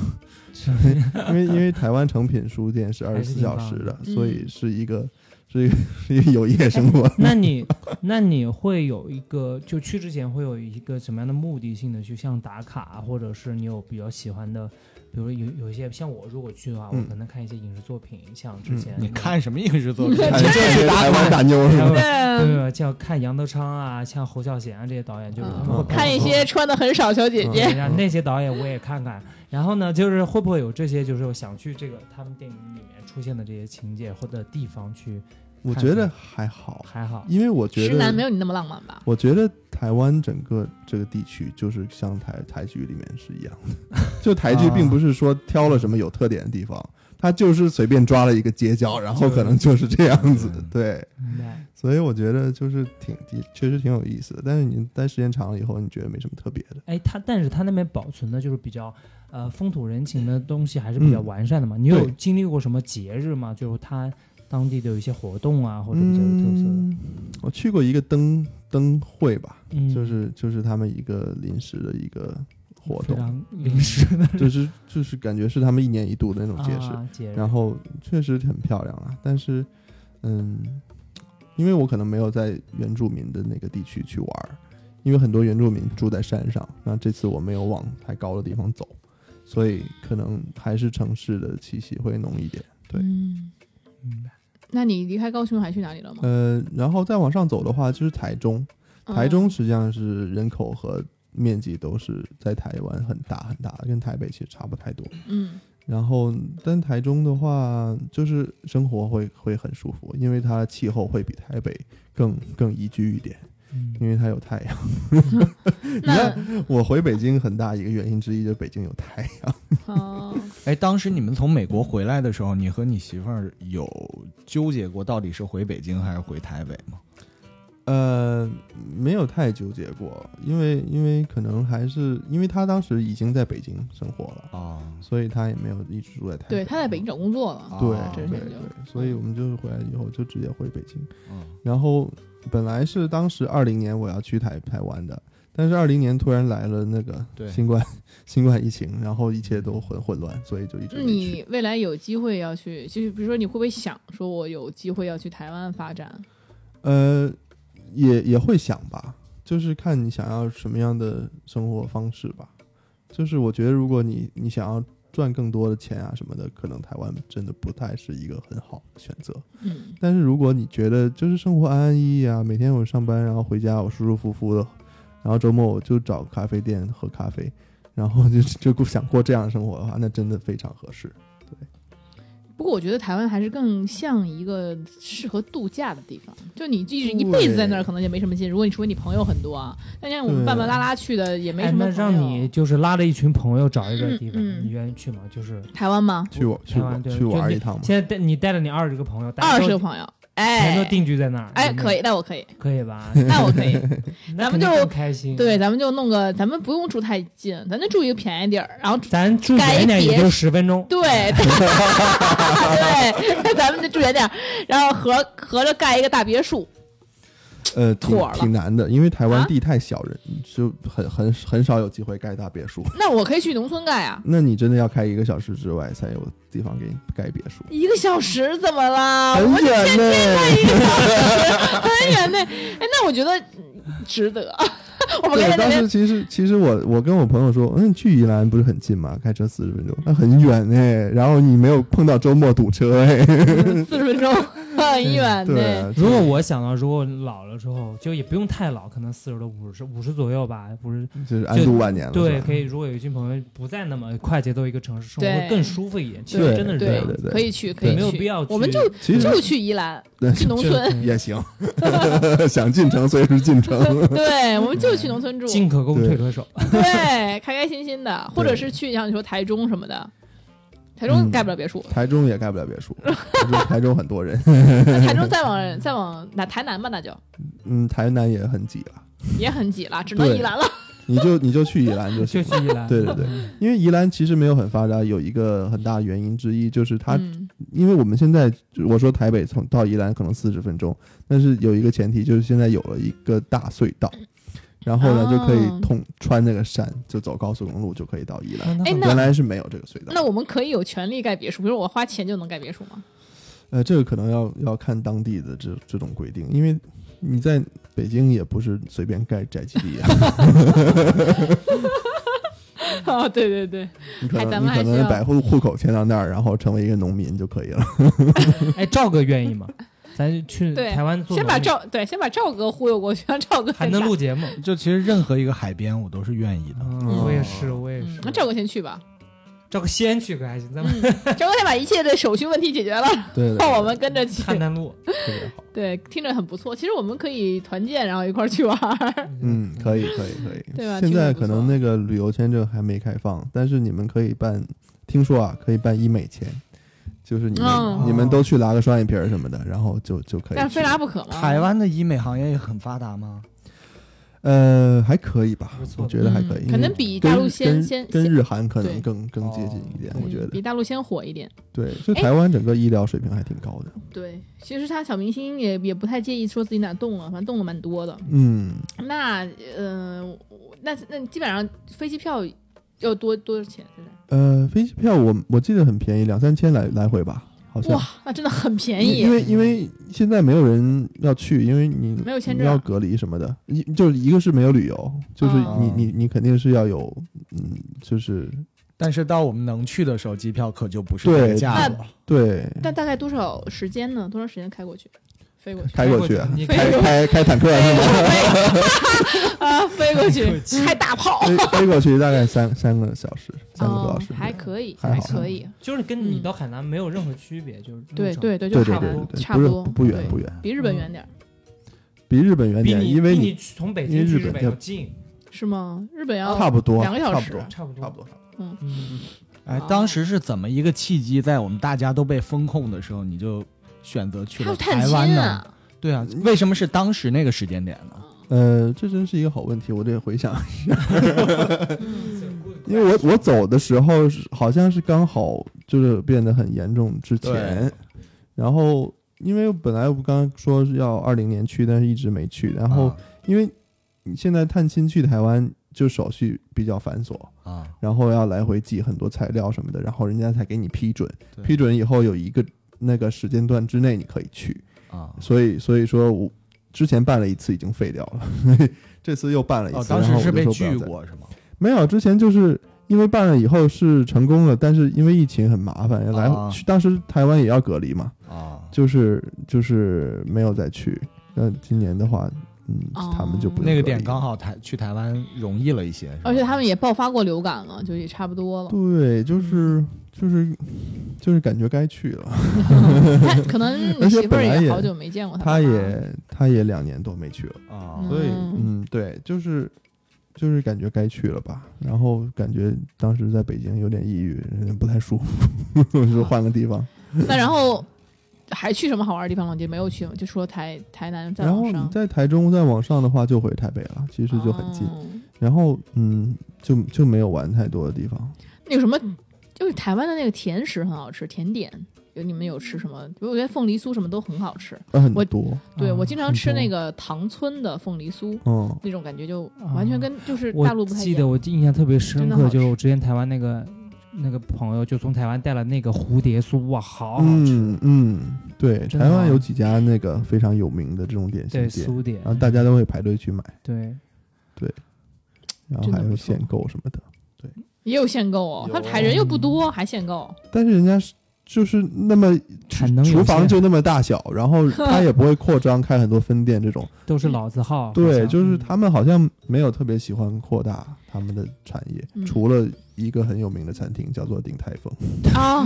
D: 因为因为台湾诚品书店是二十
C: 还是
D: 四
C: 挺
D: 小
C: 棒
D: 时的，
A: 嗯
D: 所以是一个是一个 是一个有夜生 活。
C: 那你那你会有一个就去之前会有一个什么样的目的性的，就像打卡，啊或者是你有比较喜欢的，比如有有一些像我如果去的话，
D: 嗯
C: 我可能看一些影视作品，像之前
B: 你看什么影视作品？
A: 对
D: 哎
A: 这
D: 这是台湾大妞是
C: 还有
D: 吧？
A: 对，
C: 对，像嗯看杨德昌啊，像侯孝贤啊这些导演，就是他们会
D: 嗯
C: 拍
A: 哦看一些穿的很少小姐姐，
C: 对，让那些导演我也看看。然后呢，就是会不会有这些，就是我想去这个他们电影里面出现的这些情节或者地方去，
D: 我觉得还好，
C: 还好。
D: 因为我觉
A: 直男没
D: 得
A: 有你那么浪漫吧？
D: 我觉得台湾整个这个地区就是像台台剧里面是一样的，就台剧并不是说挑了什么有特点的地方。它就是随便抓了一个街角，然后可能就是这样子，
C: 嗯
D: 对。
C: 明白
D: 所以我觉得就是挺的，确实挺有意思的。但是你待时间长了以后，你觉得没什么特别的。
C: 哎，他但是他那边保存的就是比较呃风土人情的东西还是比较
D: 嗯
C: 完善的嘛。你有
D: 对
C: 经历过什么节日吗？就是他当地的有一些活动啊，或者比较有特色的，
D: 嗯我去过一个灯灯会吧，
C: 嗯，
D: 就是就是他们一个临时的一个活
C: 非
D: 动，
C: 常临时的
D: 就是就是感觉是他们一年一度的那种节日。
C: 啊节日，
D: 然后确实很漂亮啊，但是嗯，因为我可能没有在原住民的那个地区去玩儿，因为很多原住民住在山上，那这次我没有往太高的地方走，所以可能还是城市的气息会浓一点。对
A: 嗯，
C: 明白
A: 那你离开高雄还去哪里了吗？
D: 呃，然后再往上走的话，就是台中，
A: 嗯
D: 呃台中实际上是人口和面积都是在台湾很大很大的，跟台北其实差不太多。
A: 嗯，
D: 然后，但台中的话，就是生活会会很舒服，因为它的气候会比台北更更宜居一点，
C: 嗯
D: 因为它有太阳。
A: 嗯，那
D: 我回北京很大一个原因之一就是北京有太阳。
A: 哦，
B: 哎，当时你们从美国回来的时候，你和你媳妇儿有纠结过到底是回北京还是回台北吗？
D: 呃，没有太纠结过，因为因为可能还是因为他当时已经在北京生活了，
B: 啊，
D: 所以他也没有一直住在台北。
A: 对，他在北京找工作了，
D: 对
B: 啊
A: 这
D: 对
A: 是
D: 对，所以我们就是回来以后就直接回北京。
B: 嗯，
D: 然后本来是当时二零年我要去台台湾的，但是二零年突然来了那个
B: 对
D: 新冠 新冠疫情，然后一切都很混乱，所以就一直
A: 那
D: 没去。
A: 你未来有机会要去，就是比如说你会不会想说，我有机会要去台湾发展？
D: 呃，也也会想吧，就是看你想要什么样的生活方式吧。就是我觉得，如果你你想要赚更多的钱啊什么的，可能台湾真的不太是一个很好的选择。
A: 嗯，
D: 但是如果你觉得就是生活安安逸逸啊，每天我上班，然后回家我舒舒服服的，然后周末我就找咖啡店喝咖啡，然后就就过想过这样的生活的话，那真的非常合适。
A: 不过我觉得台湾还是更像一个适合度假的地方，就你即使一辈子在那儿，
D: 对
A: 可能也没什么劲。如果你除非你朋友很多啊，但像我们
D: 对
A: 半半拉拉去的也没
C: 哎
A: 什么
C: 那
A: 朋友。
C: 让你就是拉着一群朋友找一个地方，
A: 嗯嗯
C: 你愿意去吗？就是
A: 台湾吗？
D: 去我去
C: 台湾
D: 我
C: 对
D: 去
C: 就
D: 玩
C: 你
D: 一趟嘛，
C: 现在带你带着你二十个朋友，大家
A: 二
C: 都
A: 十个朋友，
C: 全都
A: 哎，
C: 定居在那儿，
A: 哎，
C: 有没有
A: 可以，，那我可以，
C: 可以 吧？
A: 那我可 以。
C: 那
A: 咱们
C: 肯定
A: 就
C: 更开心。
A: 对，，咱们就弄个，咱们不用住太近，咱就住一个便宜地儿，然后住
C: 咱住
A: 该
C: 远一点
A: 别
C: 也就十分钟。
A: 对， 对，咱们就住远点儿，然后合合着盖一个大别墅，
D: 呃，挺
A: 妥了
D: 挺难的，因为台湾
A: 啊
D: 地太小，人就很很很少有机会盖大别墅。
A: 那我可以去农村盖啊。
D: 那你真的要开一个小时之外才有地方给你盖别墅，
A: 一个小时怎么啦？啊我
D: 很远呢。
A: 一个小时很远呢。哎，那我觉得嗯值得。 我们刚
D: 对，
A: 才那
D: 当
A: 边
D: 时其实其实我我跟我朋友说，嗯，去宜兰不是很近吗？开车四十分钟，那很远哎。然后你没有碰到周末堵车哎，
A: 四十分钟很远，哎
D: 对
A: 对
D: 啊，
C: 如果我想到，如果老了之后，就也不用太老，可能四十多、五十、五十左右吧，五十
D: 就是安度晚年了，
C: 对，
D: 是吧
C: 可以。如果有一群朋友不在那么快节奏一个城市生活，
A: 对
C: 会更舒服一点。其
A: 对
C: 实真的是这样
D: 对，对
A: 可以去，可以
C: 没有
A: 去
C: 必要去。
A: 我们就
D: 其实
A: 就去宜 兰，去农
C: 就
A: 村，
D: 也行， 想进城随时进城。
A: 对，我们就去农村住，
C: 进可攻，
D: 对
C: 退可守。
A: 对，开开心心的，或者是去像你说台中什么的，台中
D: 嗯
A: 盖不了别 墅，
D: 台中也盖不了别墅，台中台中很多人，
A: 那台中再往再往那台南吧，那就
D: 嗯，台南也很挤了。
A: 也很挤了，只能
D: 对
A: 宜兰了。
D: 你就你就去宜兰就
C: 就
D: 行。
C: 去宜兰，
D: 对对对，
C: 嗯
D: 因为宜兰其实没有很发达，有一个很大原因之一就是它
A: 嗯，
D: 因为我们现在我说台北从到宜兰可能四十分钟，但是有一个前提就是现在有了一个大隧道，然后呢、
A: 哦
D: 就可以通穿那个山，就走高速公路就可以到宜兰。
C: 那
A: 哎
C: 很
A: 那
D: 原来是没有这个隧道，
A: 那我们可以有权利盖别墅，比如我花钱就能盖别墅吗？
D: 呃，这个可能要要看当地的这这种规定，因为你在北京也不是随便盖宅基地啊，
A: 啊， 对对对，
D: 你 可
A: 哎咱
D: 能你
A: 们还
D: 可
A: 是
D: 能
A: 要
D: 把户户口迁到那儿，然后成为一个农民就可 以了。
C: 哎，赵哥愿意吗？咱去
A: 对
C: 台湾做
A: 先
C: 农
A: 把
C: 民
A: 赵对，先把赵哥忽悠过去，让赵哥
C: 还
A: 先
C: 能
A: 打
C: 录节目。
B: 就其实任何一个海边我都是愿意的。
C: 嗯，我也是，
D: 哦
C: 我也
A: 嗯
C: 是。，
A: 那赵哥先去 吧。
C: 赵哥先去可还行，咱们
A: 嗯，赵哥先把一切的手续问题解决了，
D: 对对
A: 让我们跟着去。
C: 探探路，
D: 特别好。
A: 对，听着很不错。其实我们可以团建，然后一块儿去玩儿。
D: 嗯，可以，可以，可以。
A: 对吧
D: 现
A: 听着
D: 在
A: 不
D: 可能
A: 错
D: 那个旅游签证还没开放，但是你们可以办，听说啊，可以办医美签，就是你们、
A: 嗯
D: 你们都去拉个双眼皮儿什么的，然后就就可以去。
A: 但是非拉不可嘛。
B: 台湾的医美行业也很发达吗？
D: 呃还可以吧
C: 不，错
D: 我觉得还可以，
A: 嗯
D: 因
A: 可
D: 为
A: 能比大陆
D: 跟
A: 先
D: 跟
A: 先
D: 跟
A: 先
D: 日韩可
A: 对
D: 能更更接近一点，
B: 哦
D: 我觉
A: 嗯
D: 得
A: 比大陆先火一点。
D: 对。就
A: 哎
D: 台湾整个医疗水平还挺高的，
A: 对，其实他小明星也也不太介意说自己哪动了，反正动了蛮多的。
D: 嗯，
A: 那呃，我那那基本上飞机票要多多少钱？现在
D: 呃，飞机票我我记得很便宜，两三千来来回吧，好像
A: 哇。，那啊真的很便
D: 因因
A: 宜。
D: 为因为现在没有人要去，因为你
A: 没有签
D: 你
A: 证
D: 要隔离什么的，一就是一个是没有旅游，就是
A: 哦
B: 啊
D: 你你你肯定是要有，嗯，就是
B: 但是到我们能去的时候，机票可就不是
D: 对
B: 这个价格。
D: 对，
A: 但大概多少时间呢？多长时间开过去？飞过去？
D: 开过去啊
C: 你
D: 开
A: 飞
D: 开开坦克是吗？
A: 啊，飞过去
C: 飞过，去
A: 开大炮。
D: 飞飞过去大概三三个小时， 三个多小时
A: 哦，，还可以，
D: 还好嗯
A: 可以，
C: 就是跟你到海南没有任何区别，就是路
A: 对
C: 程
A: 对对，就
D: 对对
A: 差不
D: 对对
A: 多，
D: 对，
A: 差
D: 不是
A: 多，
D: 不远
A: 对
D: 不远，
A: 比日本远点儿
D: 比日本远
C: 比
D: 点，
C: 你
D: 因为
C: 比
D: 你
C: 你从北
D: 因为
C: 京去
D: 日
C: 日
D: 本
C: 本
D: 要
C: 要近，
A: 是吗？日本要
D: 差不多
A: 哦两个小
D: 差
A: 时
D: 不多
C: 差不多
D: 差不多。
A: 嗯，
C: 嗯，
B: 哎
A: 哦，
B: 当时是怎么一个契机，在我们大家都被封控的时候，你就选择去
A: 还有
B: 了
A: 探
B: 台湾
A: 亲
B: 呢？
A: 啊，
B: 对啊，为什么是当时那个时间点呢？
D: 呃，这真是一个好问题，我得回想
A: 嗯
D: 因为我我走的时候是好像是刚好就是变得很严重之前
B: 对，
D: 然后因为本来我刚刚说是要二零年去，但是一直没去。然
B: 啊
D: 后因为你现在探亲去台湾就手续比较繁琐，
B: 啊啊，
D: 然后要来回寄很多材料什么的，然后人家才给你批准。
B: 对
D: 批准以后有一个那个时间段之内你可以去，
B: 啊
D: 所以所以说我之前办了一次已经废掉了，这次又办了一
B: 哦，
D: 次，
B: 当
D: 然
B: 时
D: 后
B: 是
D: 我就
B: 被
D: 说不要
B: 拒
D: 再
B: 过是吗？
D: 没有，之前就是因为办了以后是成功了，但是因为疫情很麻烦，来、
B: 啊
D: 去当时台湾也要隔离嘛，
B: 啊，
D: 就是就是没有再去。那今年的话，嗯，
A: 哦
D: 他们就不用
B: 那个
D: 隔离
B: 点刚。好台去台湾容易了一些，是吧
A: 而且他们也爆发过流感了，就也差不多了。
D: 对，就是就是就是感觉该去了。
A: 他可能你
D: 而
A: 媳
D: 且
A: 妇儿
D: 本来也
A: 好久没见过
D: 他
A: 了吧
D: 也他也两年多没去了，
B: 啊，
A: 嗯
D: 所以嗯，对，就是。就是感觉该去了吧，然后感觉当时在北京有点抑郁，不太舒服，
A: 啊
D: 就换个地方。
A: 那然后还去什么好玩的地方了？就没有去吗？就说台台南再
D: 然后
A: 往
D: 你
A: 上，
D: 在台中再往上的话，就回台北了，其实就很近。
A: 哦
D: 然后嗯，就就没有玩太多的地方。
A: 那个什么，
D: 嗯
A: 就是台湾的那个甜食很好吃，甜点。有你们有吃什么？比如我觉得凤梨酥什么都很好吃。
D: 呃，很
A: 我
D: 多，
A: 对
C: 啊
A: 我经常
D: 很
A: 吃
D: 多
A: 那个唐村的凤梨酥，
D: 嗯，
A: 那种感觉就完全跟就是大陆
C: 我
A: 不太一
C: 记得
A: 样。
C: 我印象特别深
A: 真的
C: 刻，
A: 好
C: 就是
A: 吃
C: 我之前台湾那个那个朋友就从台湾带了那个蝴蝶酥，哇，好好吃，
D: 嗯嗯，对，
C: 真的
D: 台湾
C: 好
D: 有几家那个非常有名的这种点心
C: 对
D: 店，
C: 酥点
D: 然，后大家都会排队去买。
C: 对，
D: 然后
A: 真的
D: 还
A: 不
D: 有
A: 错
D: 限购什么的。
A: 也有限购哦，
D: 有
A: 他排人又
D: 嗯
A: 不多，还限 购，
D: 但是人家是就是那么
C: 产能有
D: 厨房
C: 限
D: 就那么大小， 然后他也不会扩张开很多分店 这种。
C: 都是老字号，好
D: 对，
C: 像
D: 就是
C: 嗯
D: 他们好像没有特别喜欢扩大他们的产业，
A: 嗯
D: 除了一个很有名的餐厅叫做鼎泰丰，
A: 啊，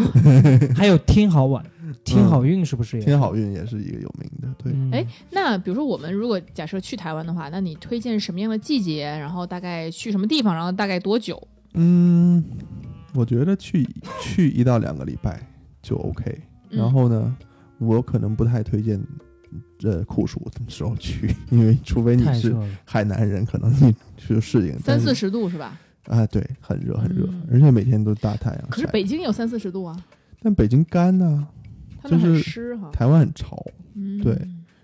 C: 还有天好晚、天好运是不是也？
D: 天好运也是一个有名的。对，
C: 嗯，
A: 哎那比如说我们如果假设去台湾的话，那你推荐什么样的季节？然后大概去什么地方？然后大概多久？
D: 嗯，我觉得去去一到两个礼拜就 OK。
A: 嗯
D: 然后呢，我可能不太推荐。呃，酷暑的时候去，因为除非你
C: 太热
D: 是
C: 了，
D: 海南人，可能你去适应。但
A: 三
D: 是
A: 四十度是吧？
D: 啊，对，很热很热，
A: 嗯
D: 而且每天都大太阳晒。
A: 可是北京也有三四十度啊，
D: 但北京干呐、
A: 他们很
D: 就是
A: 湿哈。
D: 台湾很潮，
A: 嗯，
D: 对。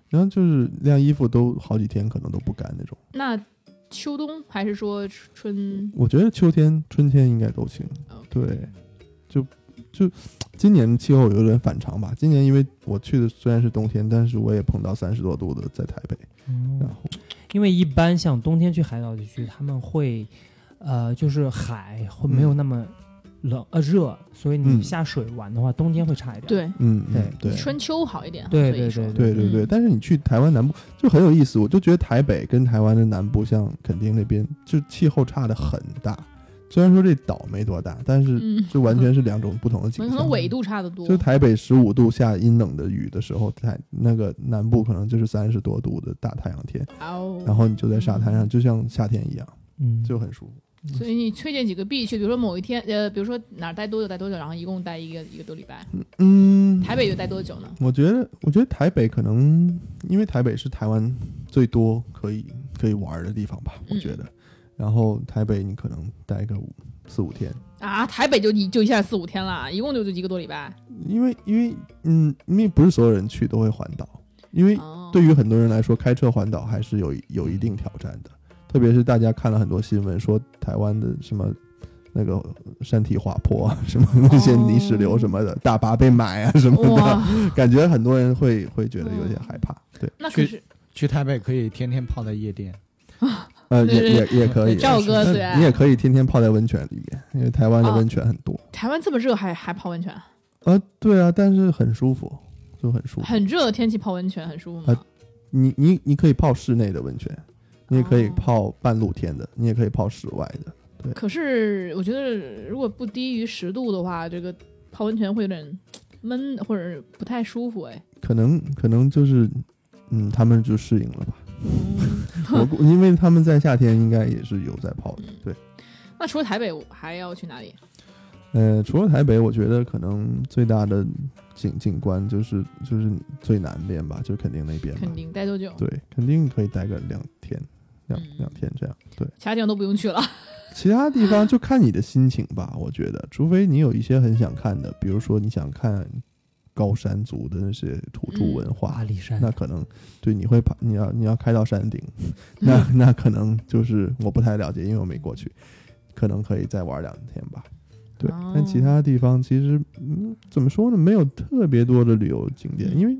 D: 然后就是晾衣服都好几天可能都不干那种。
A: 那秋冬还是说春？
D: 我觉得秋天、春天应该都行。
A: OK
D: 对，就就今年气候有点反常吧。今年因为我去的虽然是冬天，但是我也碰到三十多度的在台北，
C: 嗯
D: 然后
C: 因为一般像冬天去海岛地区，他们会，呃，就是海会没有那么冷、呃热，所以你
D: 嗯
C: 下水玩的话，冬天会差一点。
A: 对，
D: 嗯，
C: 对
D: 嗯对。
A: 春秋好一点哈。啊
C: 对
A: 所以
C: 对
A: 说
C: 对
D: 对对对，
A: 嗯
D: 但是你去台湾南部就很有意思，我就觉得台北跟台湾的南部，像垦丁那边，就气候差的很大。虽然说这岛没多大，但是
A: 嗯，
D: 就完全是两种不同的景
A: 可
D: 象。
A: 能纬度差得多。
D: 就台北十五度下阴冷的雨的时候，台那个南部可能就是三十多度的大太阳天，
A: 哦，
D: 然后你就在沙滩上，就像夏天一样，
C: 嗯，
D: 就很舒服。
A: 所以你推荐几个必去，比如说某一天，呃，比如说哪儿待多久待多久，然后一共待一个一个多礼拜。
D: 嗯，
A: 台北就待多久呢？
D: 我觉得，我觉得台北可能因为台北是台湾最多可以可以玩儿的地方吧，我
A: 嗯
D: 觉得。然后台北你可能待个五四五天，
A: 啊，台北就一就一下四五天了，一共就就一个多礼拜。
D: 因为因为嗯，因为不是所有人去都会环岛，因为
A: 哦，
D: 对于很多人来说，开车环岛还是有有一定挑战的，特别是大家看了很多新闻，说台湾的什么那个山体滑坡啊，什么那些泥石流什么的，大巴被埋啊什么的，
A: 哦 哇，嗯
D: 感觉很多人会会觉得有点害怕。对，
A: 那可是
B: 去台北可以天天泡在夜店，
D: 呃，
A: 对
D: 也也也可以，啊
A: 赵哥哦最
D: 你
A: 爱
D: 也。可以天天泡在温泉里面，因为台湾的温泉很多。
A: 台湾这么热还还泡温泉，
D: 啊，对啊，但是很舒服，就很舒服。
A: 很热的天气泡温泉很舒服吗
D: 啊？你你你可以泡室内的温泉，你也可以
A: 哦
D: 泡半露天的，你也可以泡室外的。
A: 可是我觉得如果不低于十度的话，这个泡温泉会有点闷或者不太舒服哎。
D: 可能可能就是，嗯，他们就适应 了吧。
A: 嗯
D: 我估因为他们在夏天应该也是有在泡
A: 嗯
D: 的。对，
A: 那除了台北我还要去哪里？
D: 呃，除了台北，我觉得可能最大的景景观就是就是最南边吧，就是垦丁那边吧。
A: 肯定待多久？
D: 对，垦丁可以待个两天，两、
A: 嗯
D: 两天这样。对，
A: 其他地方都不用去了。
D: 其他地方就看你的心情吧，我觉得，除非你有一些很想看的，比如说你想看高山族的那些土著
A: 嗯
D: 文化，
C: 阿里山
D: 那可能对你会爬，你要你要开到山顶， 那那可能就是我不太了解，因为我没过去，可能可以再玩两天吧。对
A: 哦，
D: 但其他地方其实，嗯，怎么说呢，没有特别多的旅游景点，
A: 嗯
D: 因为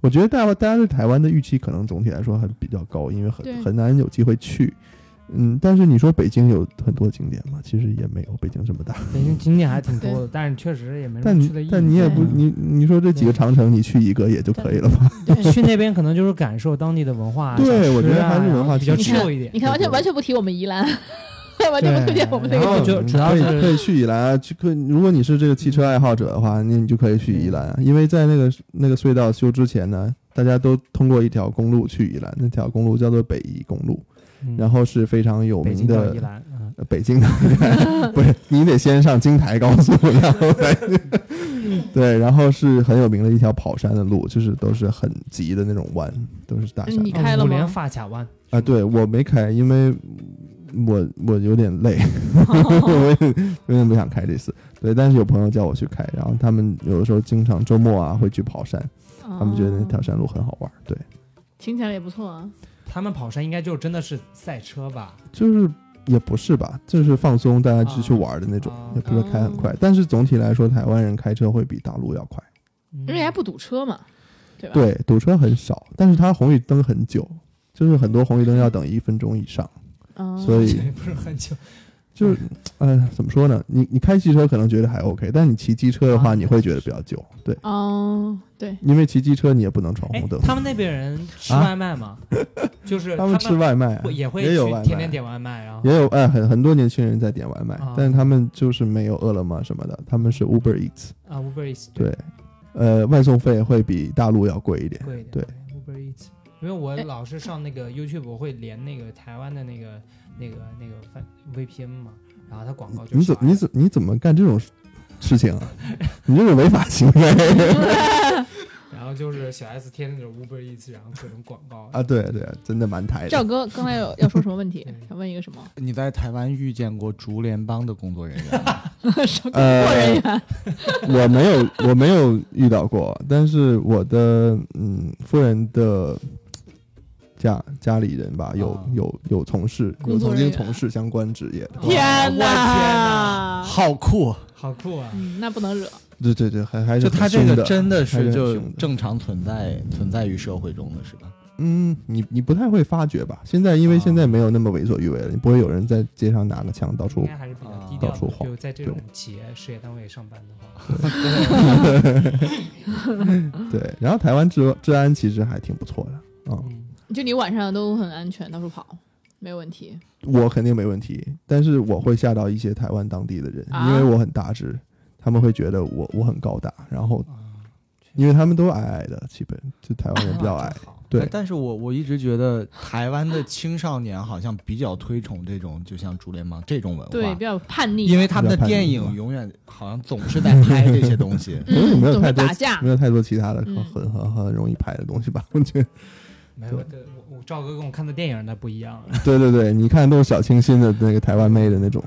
D: 我觉得大家大家对台湾的预期可能总体来说还比较高，因为
A: 对
D: 很很难有机会去。嗯，但是你说北京有很多景点嘛，其实也没有北京这么大。
C: 北京景点还挺多的，但是确实也没什
D: 嗯但
C: 么
D: 你
C: 去的意义。
D: 但你也不
C: 嗯
D: 你你说这几个
C: 对
D: 长城，你去一个也就可以了吧？
A: 对
C: 去那边可能就是感受当地的文化啊，
D: 对
C: 小吃啊
D: 我觉得还是文化
C: 然后比较
D: 气
A: 息
C: chill 一点
A: 你。看，完全完全不提我们宜兰， 完全不推荐我们那
C: 然
A: 个
C: 后
A: 地
C: 就
D: 嗯
C: 主要
D: 可以
C: 是
D: 可以去宜兰啊，去可如果你是这个汽车爱好者的话，那你就可以去宜兰啊，因为在那个那个隧道修之前呢，大家都通过一条公路去宜兰，那条公路叫做北宜公路，
C: 嗯
D: 然后是非常有
C: 北京
D: 名
C: 到
D: 的
C: 宜。兰，嗯
D: 呃北京的 不是，你得先上京台高速，然后 再对，然后是很有名的一条跑山的路，就是都是很急的那种弯，都是大山
A: 你开了
C: 哦五
A: 吗
C: 连发卡湾
D: 啊。对我没开，因为我我有点 累，
A: 方。
D: 我也有点不想开这次，对，但是有朋友叫我去开，然后他们有的时候经常周末啊会去跑山，他们觉得那条
A: 哦
D: 山路很好玩，对，
A: 听起来也不错啊。
C: 他们跑山应该就真的是赛车吧？
D: 就是也不是吧，就是放松，大家就
A: 哦
D: 去玩的那种，
C: 啊
D: 也不是开很快，但是总体来说，台湾人开车会比大陆要快，
C: 嗯
A: 而且还不堵车嘛，对吧？
D: 对，堵车很少，但是它红绿灯很久，就是很多红绿灯要等一分钟以上，
A: 嗯，
D: 所以
C: 这不是很 久，
D: 就是，呃，怎么说呢？你你开汽车可能觉得还 OK，但你骑机车的
C: 啊
D: 话，你会觉得比较久，对，
A: 哦，对，
D: 因为骑机车你也不能闯
C: 哎
D: 红灯，。
C: 他们那边人吃
D: 啊
C: 外卖吗？就是
D: 他们吃外卖啊
C: 会也会
D: 也有
C: 去
D: 外卖，
C: 天天点外卖，然后
D: 也有哎，很很多年轻人在点外卖，
C: 啊
D: 但是他们就是没有饿了么什么的，他们是 Uber Eats，
C: 啊 Uber Eats
D: 对，呃，外送费会比大陆要贵一点，
C: 贵一点，
D: 对
C: Uber Eats。因为我
A: 哎
C: 老是上那个 YouTube，我会连那个台湾的那个、那个、那个翻 VPN 嘛，然后它广告就
D: 你怎
C: 刷
D: 你怎你怎么干这种事情啊？你这是违法行为
C: 然后就是小 S 贴那种 Uber Eats，然后各种广告
D: 啊！对对，真的蛮台
A: 赵
D: 的。
A: 哥刚才有要说什么问题
C: 嗯？
A: 想问一个什 么？
B: 你在台湾遇见过竹联帮的工作人员吗？
A: 什么工作人
D: 呃
A: 员？
D: 我没有我没有遇到过，但是我的嗯夫人的家家里人吧，有
C: 啊
D: 有有从事有
A: 工作人
D: 曾经
A: 员
D: 从事相关职业的，
C: 哦
A: 天
C: 我天哪
A: 哪！
B: 好酷！
C: 好酷啊！
A: 嗯，那不能惹。
D: 对对对，还还是
B: 就
D: 很
B: 他这
D: 凶
B: 个
D: 的
B: 真的
D: 还是
B: 是
D: 很
B: 就
D: 凶的
B: 正常存在存在于社会中的是吧？
D: 嗯，你你不太会发觉吧？现在因为
B: 啊
D: 现在没有那么为所欲为了，你不会有人在街上拿个枪到
C: 应
D: 处
C: 该还是比较
B: 啊
C: 低调
D: 到处
C: 的，
D: 晃
C: 就在这种企业事业单位上班的话，
D: 对。然后台湾治治安其实还挺不错的啊、
C: 嗯，
A: 就你晚上都很安全，到处跑没有问题。
D: 我肯定没问题，但是我会吓到一些台湾当地的人，
A: 啊
D: 因为我很大只，他们会觉得我我很高大，然后
C: 啊
D: 因为他们都矮矮的，基本就台湾人比较矮
C: 那，真啊好，
D: 对
B: 哎。但是我我一直觉得台湾的青少年好像比较推崇这种，就像竹联帮这种文
A: 对，
B: 化
A: 比，较叛逆。。
B: 因为他们的电影永远好像总是在拍这些东西
A: 嗯，
D: 没有
A: 总
D: 太
A: 是
D: 多
A: 打架
D: 没。有太多其他的
A: 嗯
D: 很很很很容易拍的东西吧，我觉得。
C: 没有的，我我赵哥跟我看的电影那不一样，
D: 对对对，你看都是小清新的那个台湾妹的那种，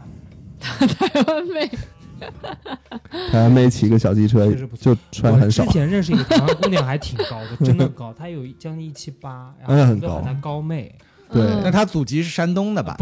A: 台 湾妹，
D: 台湾妹骑个小机车
C: 确实不错
D: 就穿很少
C: 我之。前认识一个台湾姑娘，还挺高的，真的高，她有一将近一七八，然后整
D: 嗯
C: 个
D: 很高
C: 喊她高妹，
D: 对
B: 那
A: 嗯
B: 他祖籍是山东的吧？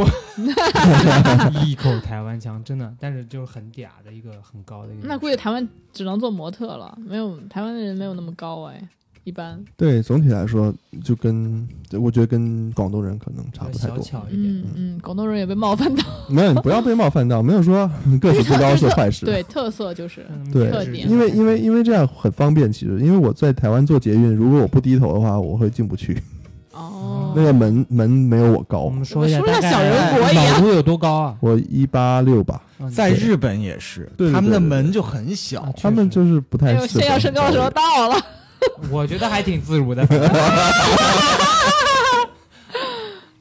C: 一口台湾腔，真的，但是就是很嗲的一个很高的一个女生。
A: 那估计台湾只能做模特了，没有台湾的人没有那么高哎，一般。
D: 对，总体来说，就跟我觉得跟广东人可能差不太
C: 小
D: 多。
C: 巧一点，
A: 嗯嗯，广东人也被冒犯到，
D: 没有，你不要被冒犯到，没有说个 子不高是啊坏事。
A: 对，特色就是
C: 嗯
D: 对
A: 特点
D: 因为因为因为这样很方便，其实因为我在台湾做捷运，如果我不低头的话，我会进不去，
A: 哦，嗯
D: 那个门门没有我
C: 我
D: 高，
C: 们说一下，
A: 说一下
C: 大概
A: 小人国一样
C: 马路有多高 啊？
D: 我一八六吧，
C: 嗯
B: 在
C: 对
B: 日本也是，
D: 对对
B: 他们的
D: 对对
B: 门就很小
C: 啊。
D: 他们就是不
A: 哎
D: 太
A: 呦，
D: 适
A: 炫耀
D: 合。
A: 身高的时候到了，
C: 我觉得还挺自 如的。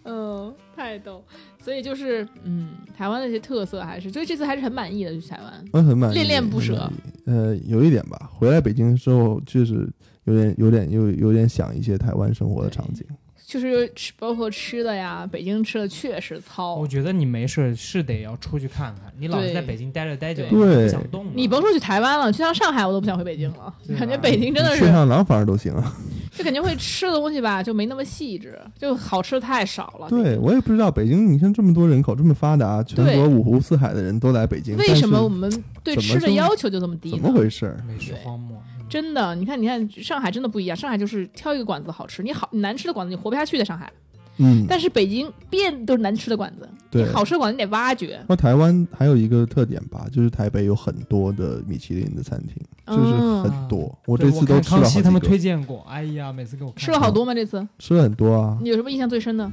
A: 嗯，太逗。所以就是，嗯，台湾的一些特色还是，所以这次还是很满意的去台湾。
D: 我很满意，
A: 恋恋不舍
D: 很满意。呃，有一点吧，回来北京之后，确实有点有点有有点想一些台湾生活的场景。
A: 就是吃，包括吃的呀，北京吃的确实糙
C: 我。觉得你没事是得要出去看看，你老是
A: 对
C: 在北京待着待久了，
D: 对
C: 不想动了。
A: 你甭说去台湾了，去趟上海我都不想回北京了，
C: 嗯对吧
A: 感觉北京真的
D: 你
A: 是
D: 嗯去，趟廊坊儿都行啊。
A: 就感觉会吃的东西吧，就没那么细致，就好吃的太少了。
D: 对，我也不知道北京，你看这么多人口这么发达，全
A: 对
D: 国五湖四海的人都来北京，
A: 为
D: 但
A: 什么
D: 是
A: 我们对
D: 怎么
A: 吃的
D: 就
A: 要求就这么低呢？
D: 怎么回事儿？
C: 美食
A: 对
C: 荒漠，嗯
A: 真的，你看，你看上海真的不一样，上海就是挑一个馆子好吃，你好你难吃的馆子你活不下去，在上海。
D: 嗯，
A: 但是北京遍都是难吃的馆子，
D: 对。
A: 好吃的馆子你得挖掘，
D: 那台湾还有一个特点吧，就是台北有很多的米其林的餐厅，
A: 哦
D: 就是很多。我
C: 对
D: 这次都
C: 看
D: 吃
C: 康
D: 了好
C: 熙
D: 几
C: 他们推
D: 个，
C: 荐过，哎呀，每次给我看
A: 吃了好多吗？这次
D: 吃了很多啊。
A: 你有什么印象最深的？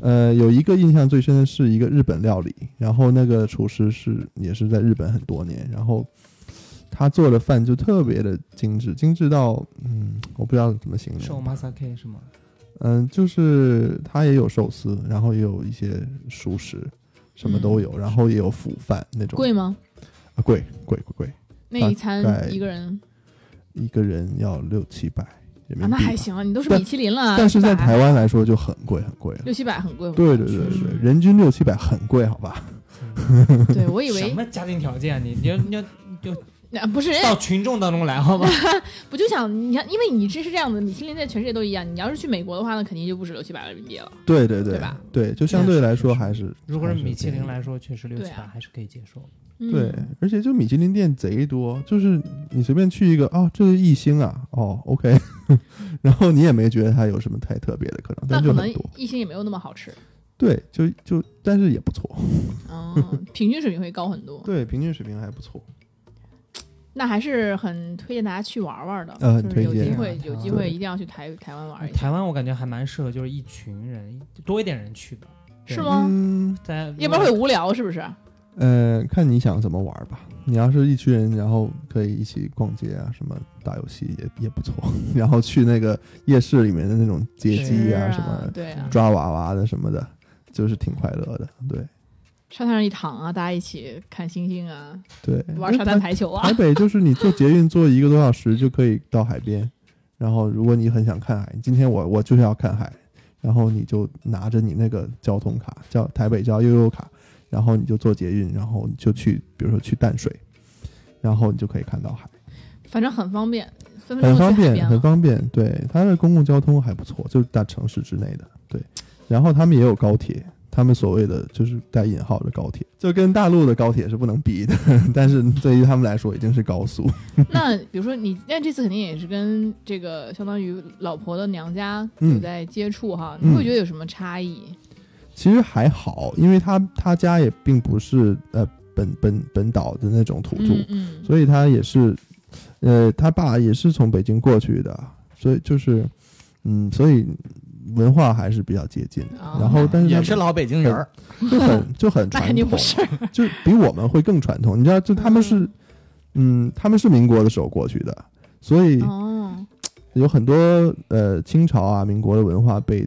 D: 呃，有一个印象最深的是一个日本料理，然后那个厨师是也是在日本很多年，然后他做的饭就特别的精致，精致到嗯，我不知道怎么形
C: 是
D: 容。
C: omakase 是吗？
D: 嗯，就是它也有寿司，然后也有一些熟食，什么都有，然后也有腐饭那种。
A: 嗯贵吗？
D: 啊，贵贵贵贵，
A: 那一餐
D: 大概
A: 一个人
D: 一个人要六七百人
A: 啊，
D: 民币
A: 那
D: 吧。
A: 还行啊，你都是
D: 但
A: 米其林了啊，
D: 但是在
A: 600
D: 台湾来说就很贵很贵了。
A: 六七百很贵吗？
D: 对对对对对，
A: 嗯
D: 人均六七百很贵，好吧？
A: 对，我以
C: 什
A: 为
C: 么家庭条件啊？你你要你要
A: 啊不是人家
C: 到群众当中 来好吗？
A: 我就想你看，因为你这是这样的，米其林在全世界都一样，你要是去美国的话，那肯定就不止六七百人民币了。
D: 对对
A: 对
D: 对
A: 吧
D: 对，就相对来说还是
C: 如果是米其林，
D: 还
C: 来说，确实六
A: 对
C: 七百
A: 啊
C: 还是可以接受。
A: 嗯、
D: 是便宜对，而且就米其林店贼多，就是你随便去一个啊，这是一星啊，哦，OK，然后你也没觉得它有什么太特别的，可能
A: 那
D: 但
A: 可
D: 就
A: 能
D: 很多。
A: 一星也没有那么好吃。
D: 对，就就但是也不错，
A: 嗯，平均水平会高很多。
D: 对，平均水平还不错。
A: 那还是很推荐大家去玩玩的，
D: 呃
A: 就是有
D: 推荐
A: 机会
C: 啊
A: 有机
D: 对
A: 会一定要去台台湾玩一下，
C: 台湾我感觉还蛮适合，就是一群人多一点人去的，对
A: 是吗？
D: 嗯，
C: 在
A: 要不然会无聊，是不是？
D: 呃，看你想怎么玩吧。你要是一群人，然后可以一起逛街啊，什么打游戏也也不错。 然后去那个夜市里面的那种街机
A: 是
D: 啊，
A: 啊，
D: 什么
A: 对啊，
D: 抓娃娃的什么的，就是挺快乐的。对
A: 沙滩上一躺啊，大家一起看星星啊，
D: 对，
A: 玩沙滩排球啊
D: 台。北就是你坐捷运坐一个多小时就可以到海边，然后如果你很想看海，今天我我就是要看海，然后你就拿着你那个交通卡，叫台北叫悠悠卡，然后你就坐捷运，然后你就去，比如说去淡水，然后你就可以看到海，
A: 反正很方便，分分钟就
D: 很方
A: 去海
D: 便，
A: 边
D: 很
A: 了。
D: 方便。对，它的公共交通还不错，就是在城市之内的。对，然后他们也有高铁。他们所谓的就是带引号的高铁，就跟大陆的高铁是不能比的， 但是对于他们来说已经是高速。
A: 那比如说你，那这次肯定也是跟这个相当于老婆的娘家
D: 嗯
A: 有在接触哈，
D: 嗯
A: 你会觉得有什么差异？
D: 其实还好，因为他他家也并不是呃本本本岛的那种土著，
A: 嗯嗯，
D: 所以他也是，呃，他爸也是从北京过去的，所以就是，嗯，所以文化还是比较接近的。
A: 哦
D: 然后，但是
B: 也
D: 他
B: 是老北京人儿，
D: 就很就很
A: 那
D: 传
A: 肯定
D: 统
A: 不，是。
D: 就比我们会更传统。你知道，就他们是，嗯，他们是民国的时候过去的，所以
A: 哦，
D: 有很多呃清朝啊、民国的文化被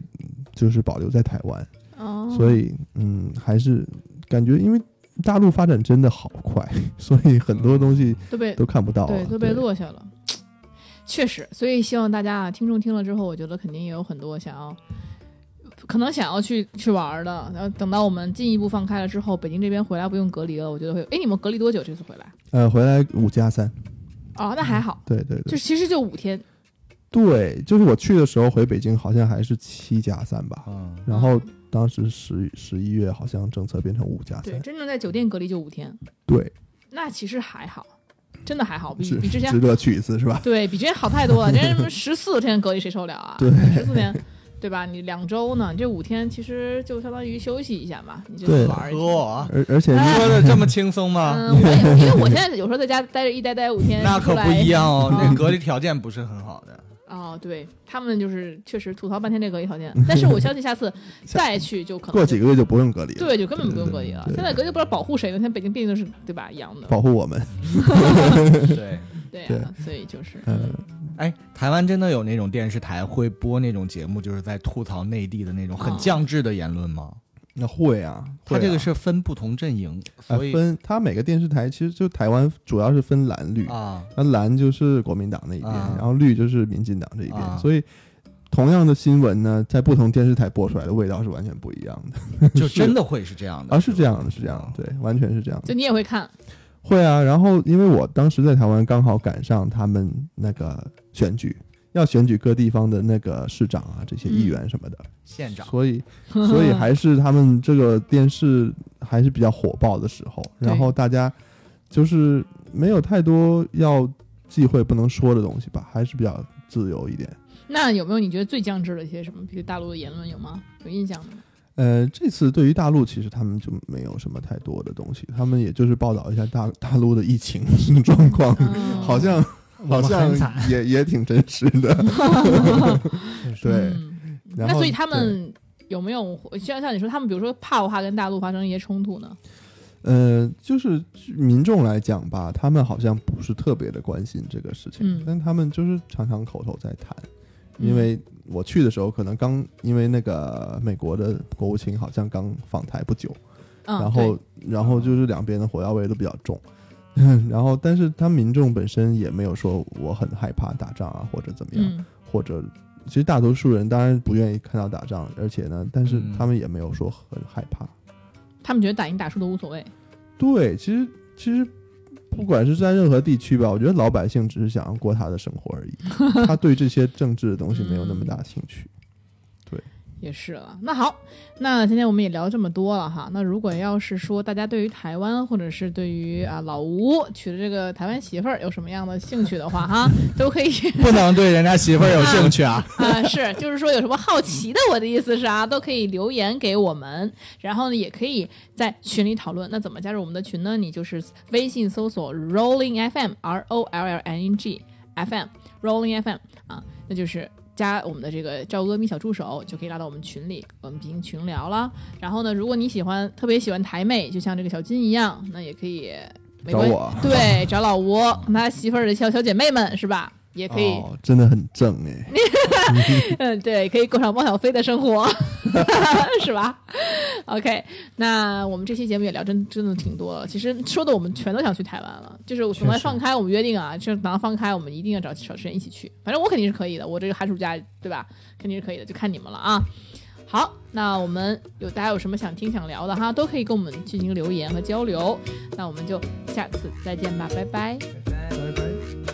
D: 就是保留在台湾。
A: 哦，
D: 所以嗯，还是感觉因为大陆发展真的好快， 所以很多东西
A: 都被
D: 都看不到了
A: 哦
D: 啊
A: 对，都被落下了。确实，所以希望大家啊，听众听了之后，我觉得肯定也有很多想要，可能想要去去玩儿的。然后等到我们进一步放开了之后，北京这边回来不用隔离了，我觉得会有。哎，你们隔离多久？这次回来？
D: 呃，回来五加三，
A: 哦，那还好，
D: 对嗯对
A: 就
D: 对，
A: 其实就五天。
D: 对，就是我去的时候回北京好像还是七加三
A: 哦
D: 吧，
B: 嗯，
D: 然后当时十十一月好像政策变成五加
A: 对，
D: 三，
A: 真正在酒店隔离就五天，
D: 对，
A: 那其实还好，真的还好，比
D: 值
A: 比之前
D: 值得去一次是吧？
A: 对比之前好太 多了。人家什么十四天隔离谁受了啊？
D: 对
A: 十四天，对吧？你两周呢，你这五天其实就相当于休息一下嘛，你就
D: 对
A: 玩儿一下。
B: 呵，
D: 而而
A: 哎
D: 且
B: 说的这么轻松吗？
A: 嗯，我也因为我现在有时候在家待着一待待五天，
B: 那
A: 出
B: 可不
A: 来
B: 一样哦，
A: 嗯
B: 那隔离条件不是很好的。
A: 哦，对他们就是确实吐槽半天这隔离条 件，但是我相信下次再去就可能
D: 过几
A: 个
D: 个月就不用隔离了，
A: 对，就根本不用隔离了
D: 对。对对
A: 现在隔离不知道保护谁呢？现在北京毕竟都是对吧一样的，
D: 保护我们。
B: 对，
A: 对
D: 对
A: 啊，所以就是
D: 嗯，
B: 哎，台湾真的有那种电视台会播那种节目，就是在吐槽内地的那种很
A: 哦
B: 降智的言论吗？
D: 那会啊，
B: 它
D: 会
B: 这
D: 啊
B: 个是分不同阵营，
D: 哎
B: 所以
D: 分，它每个电视台其实就台湾主要是分蓝绿
B: 啊，
D: 那蓝就是国民党那一边，
B: 啊
D: 然后绿就是民进党这一边，
B: 啊
D: 所以同样的新闻呢，在不同电视台播出来的味道是完全不一样的
B: 就是真的会是这样的
D: 啊，是这
B: 吧哦
D: 样的，是这样的，对，完全是这样
A: 就
D: 的，
A: 你也会看
D: 会啊。然后因为我当时在台湾刚好赶上他们那个选举，要选举各地方的那个市长啊，这些
A: 嗯
D: 议员什么的，
B: 县长。
D: 所以所以 还是他们这个电视还是比较火爆的时候，
A: 对
D: 然后大家就是没有太多要忌讳不能说的东西吧，还是比较自由一点。
A: 那有没有你觉得最降智的一些什么？比如大陆的言论有吗？有印象吗？
D: 呃，这次对于大陆，其实他们就没有什么太多的东西，他们也就是报道一下大大陆的疫情状况，
A: 嗯
D: 好像好
C: 我们很
D: 像
C: 惨，
D: 也也挺真实 的。
C: 确实
D: 对
A: 嗯
D: 然
A: 那
D: 后
A: 所以他们有没有像像你说他们比如说怕不怕跟大陆发生一些冲突呢？
D: 呃，就是民众来讲吧，他们好像不是特别的关心这个事情，
A: 嗯
D: 但他们就是常常口头在谈。
A: 嗯
D: 因为我去的时候，可能刚因为那个美国的国务卿好像刚访台不久，
A: 嗯，
D: 然
A: 对
D: 后然后就是两边的火药味都比较重， 然后但是他民众本身也没有说我很害怕打仗啊或者怎么样，
A: 嗯。
D: 或者其实大多数人当然不愿意看到打仗，而且呢，但是
B: 嗯
D: 他们也没有说很害怕。
A: 他们觉得打赢打输都无所谓，
D: 对，其实其实不管是在任何地区吧，我觉得老百姓只是想要过 他的生活而已，他对这些政治的东西没有那么大兴趣。
A: 也是了。那好，那今天我们也聊这么多了哈。那如果要是说大家对于台湾，或者是对于啊老吴娶的这个台湾媳妇儿有什么样的兴趣的话哈，都可以
B: 不能对人家媳妇儿有兴趣啊。
A: 啊，是，就是说有什么好奇的，我的意思是啊，都可以留言给我们，然后呢，也可以在群里讨论。那怎么加入我们的群呢？你就是微信搜索 Rolling FM，R O L L I N G FM，Rolling FM 啊，那就是。加我们的这个赵阿咪小助手，就可以拉到我们群里，我们进行群聊了。然后呢，如果你喜欢特别喜欢台妹，就像这个小金一样，那也可以嗯没
D: 找
A: 关系，
D: 我啊
A: 对，找老吴跟他媳妇儿的小小姐妹们是吧？也可以
D: 哦，真的很正哎，
A: 嗯，对，可以过上汪小菲的生活， 是吧？OK，那我们这期节目也聊真真的挺多了。其实说的我们全都想去台湾了，就是我从来
C: 确实
A: 放开，我们约定啊，就是等到放开，我们一定要找找时间一起去。反正我肯定是可以的，我这个寒暑假对吧，肯定是可以的，就看你们了啊。好，那我们有大家有什么想听想聊的哈，都可以跟我们进行留言和交流。那我们就下次再见吧，拜拜。
C: 拜拜。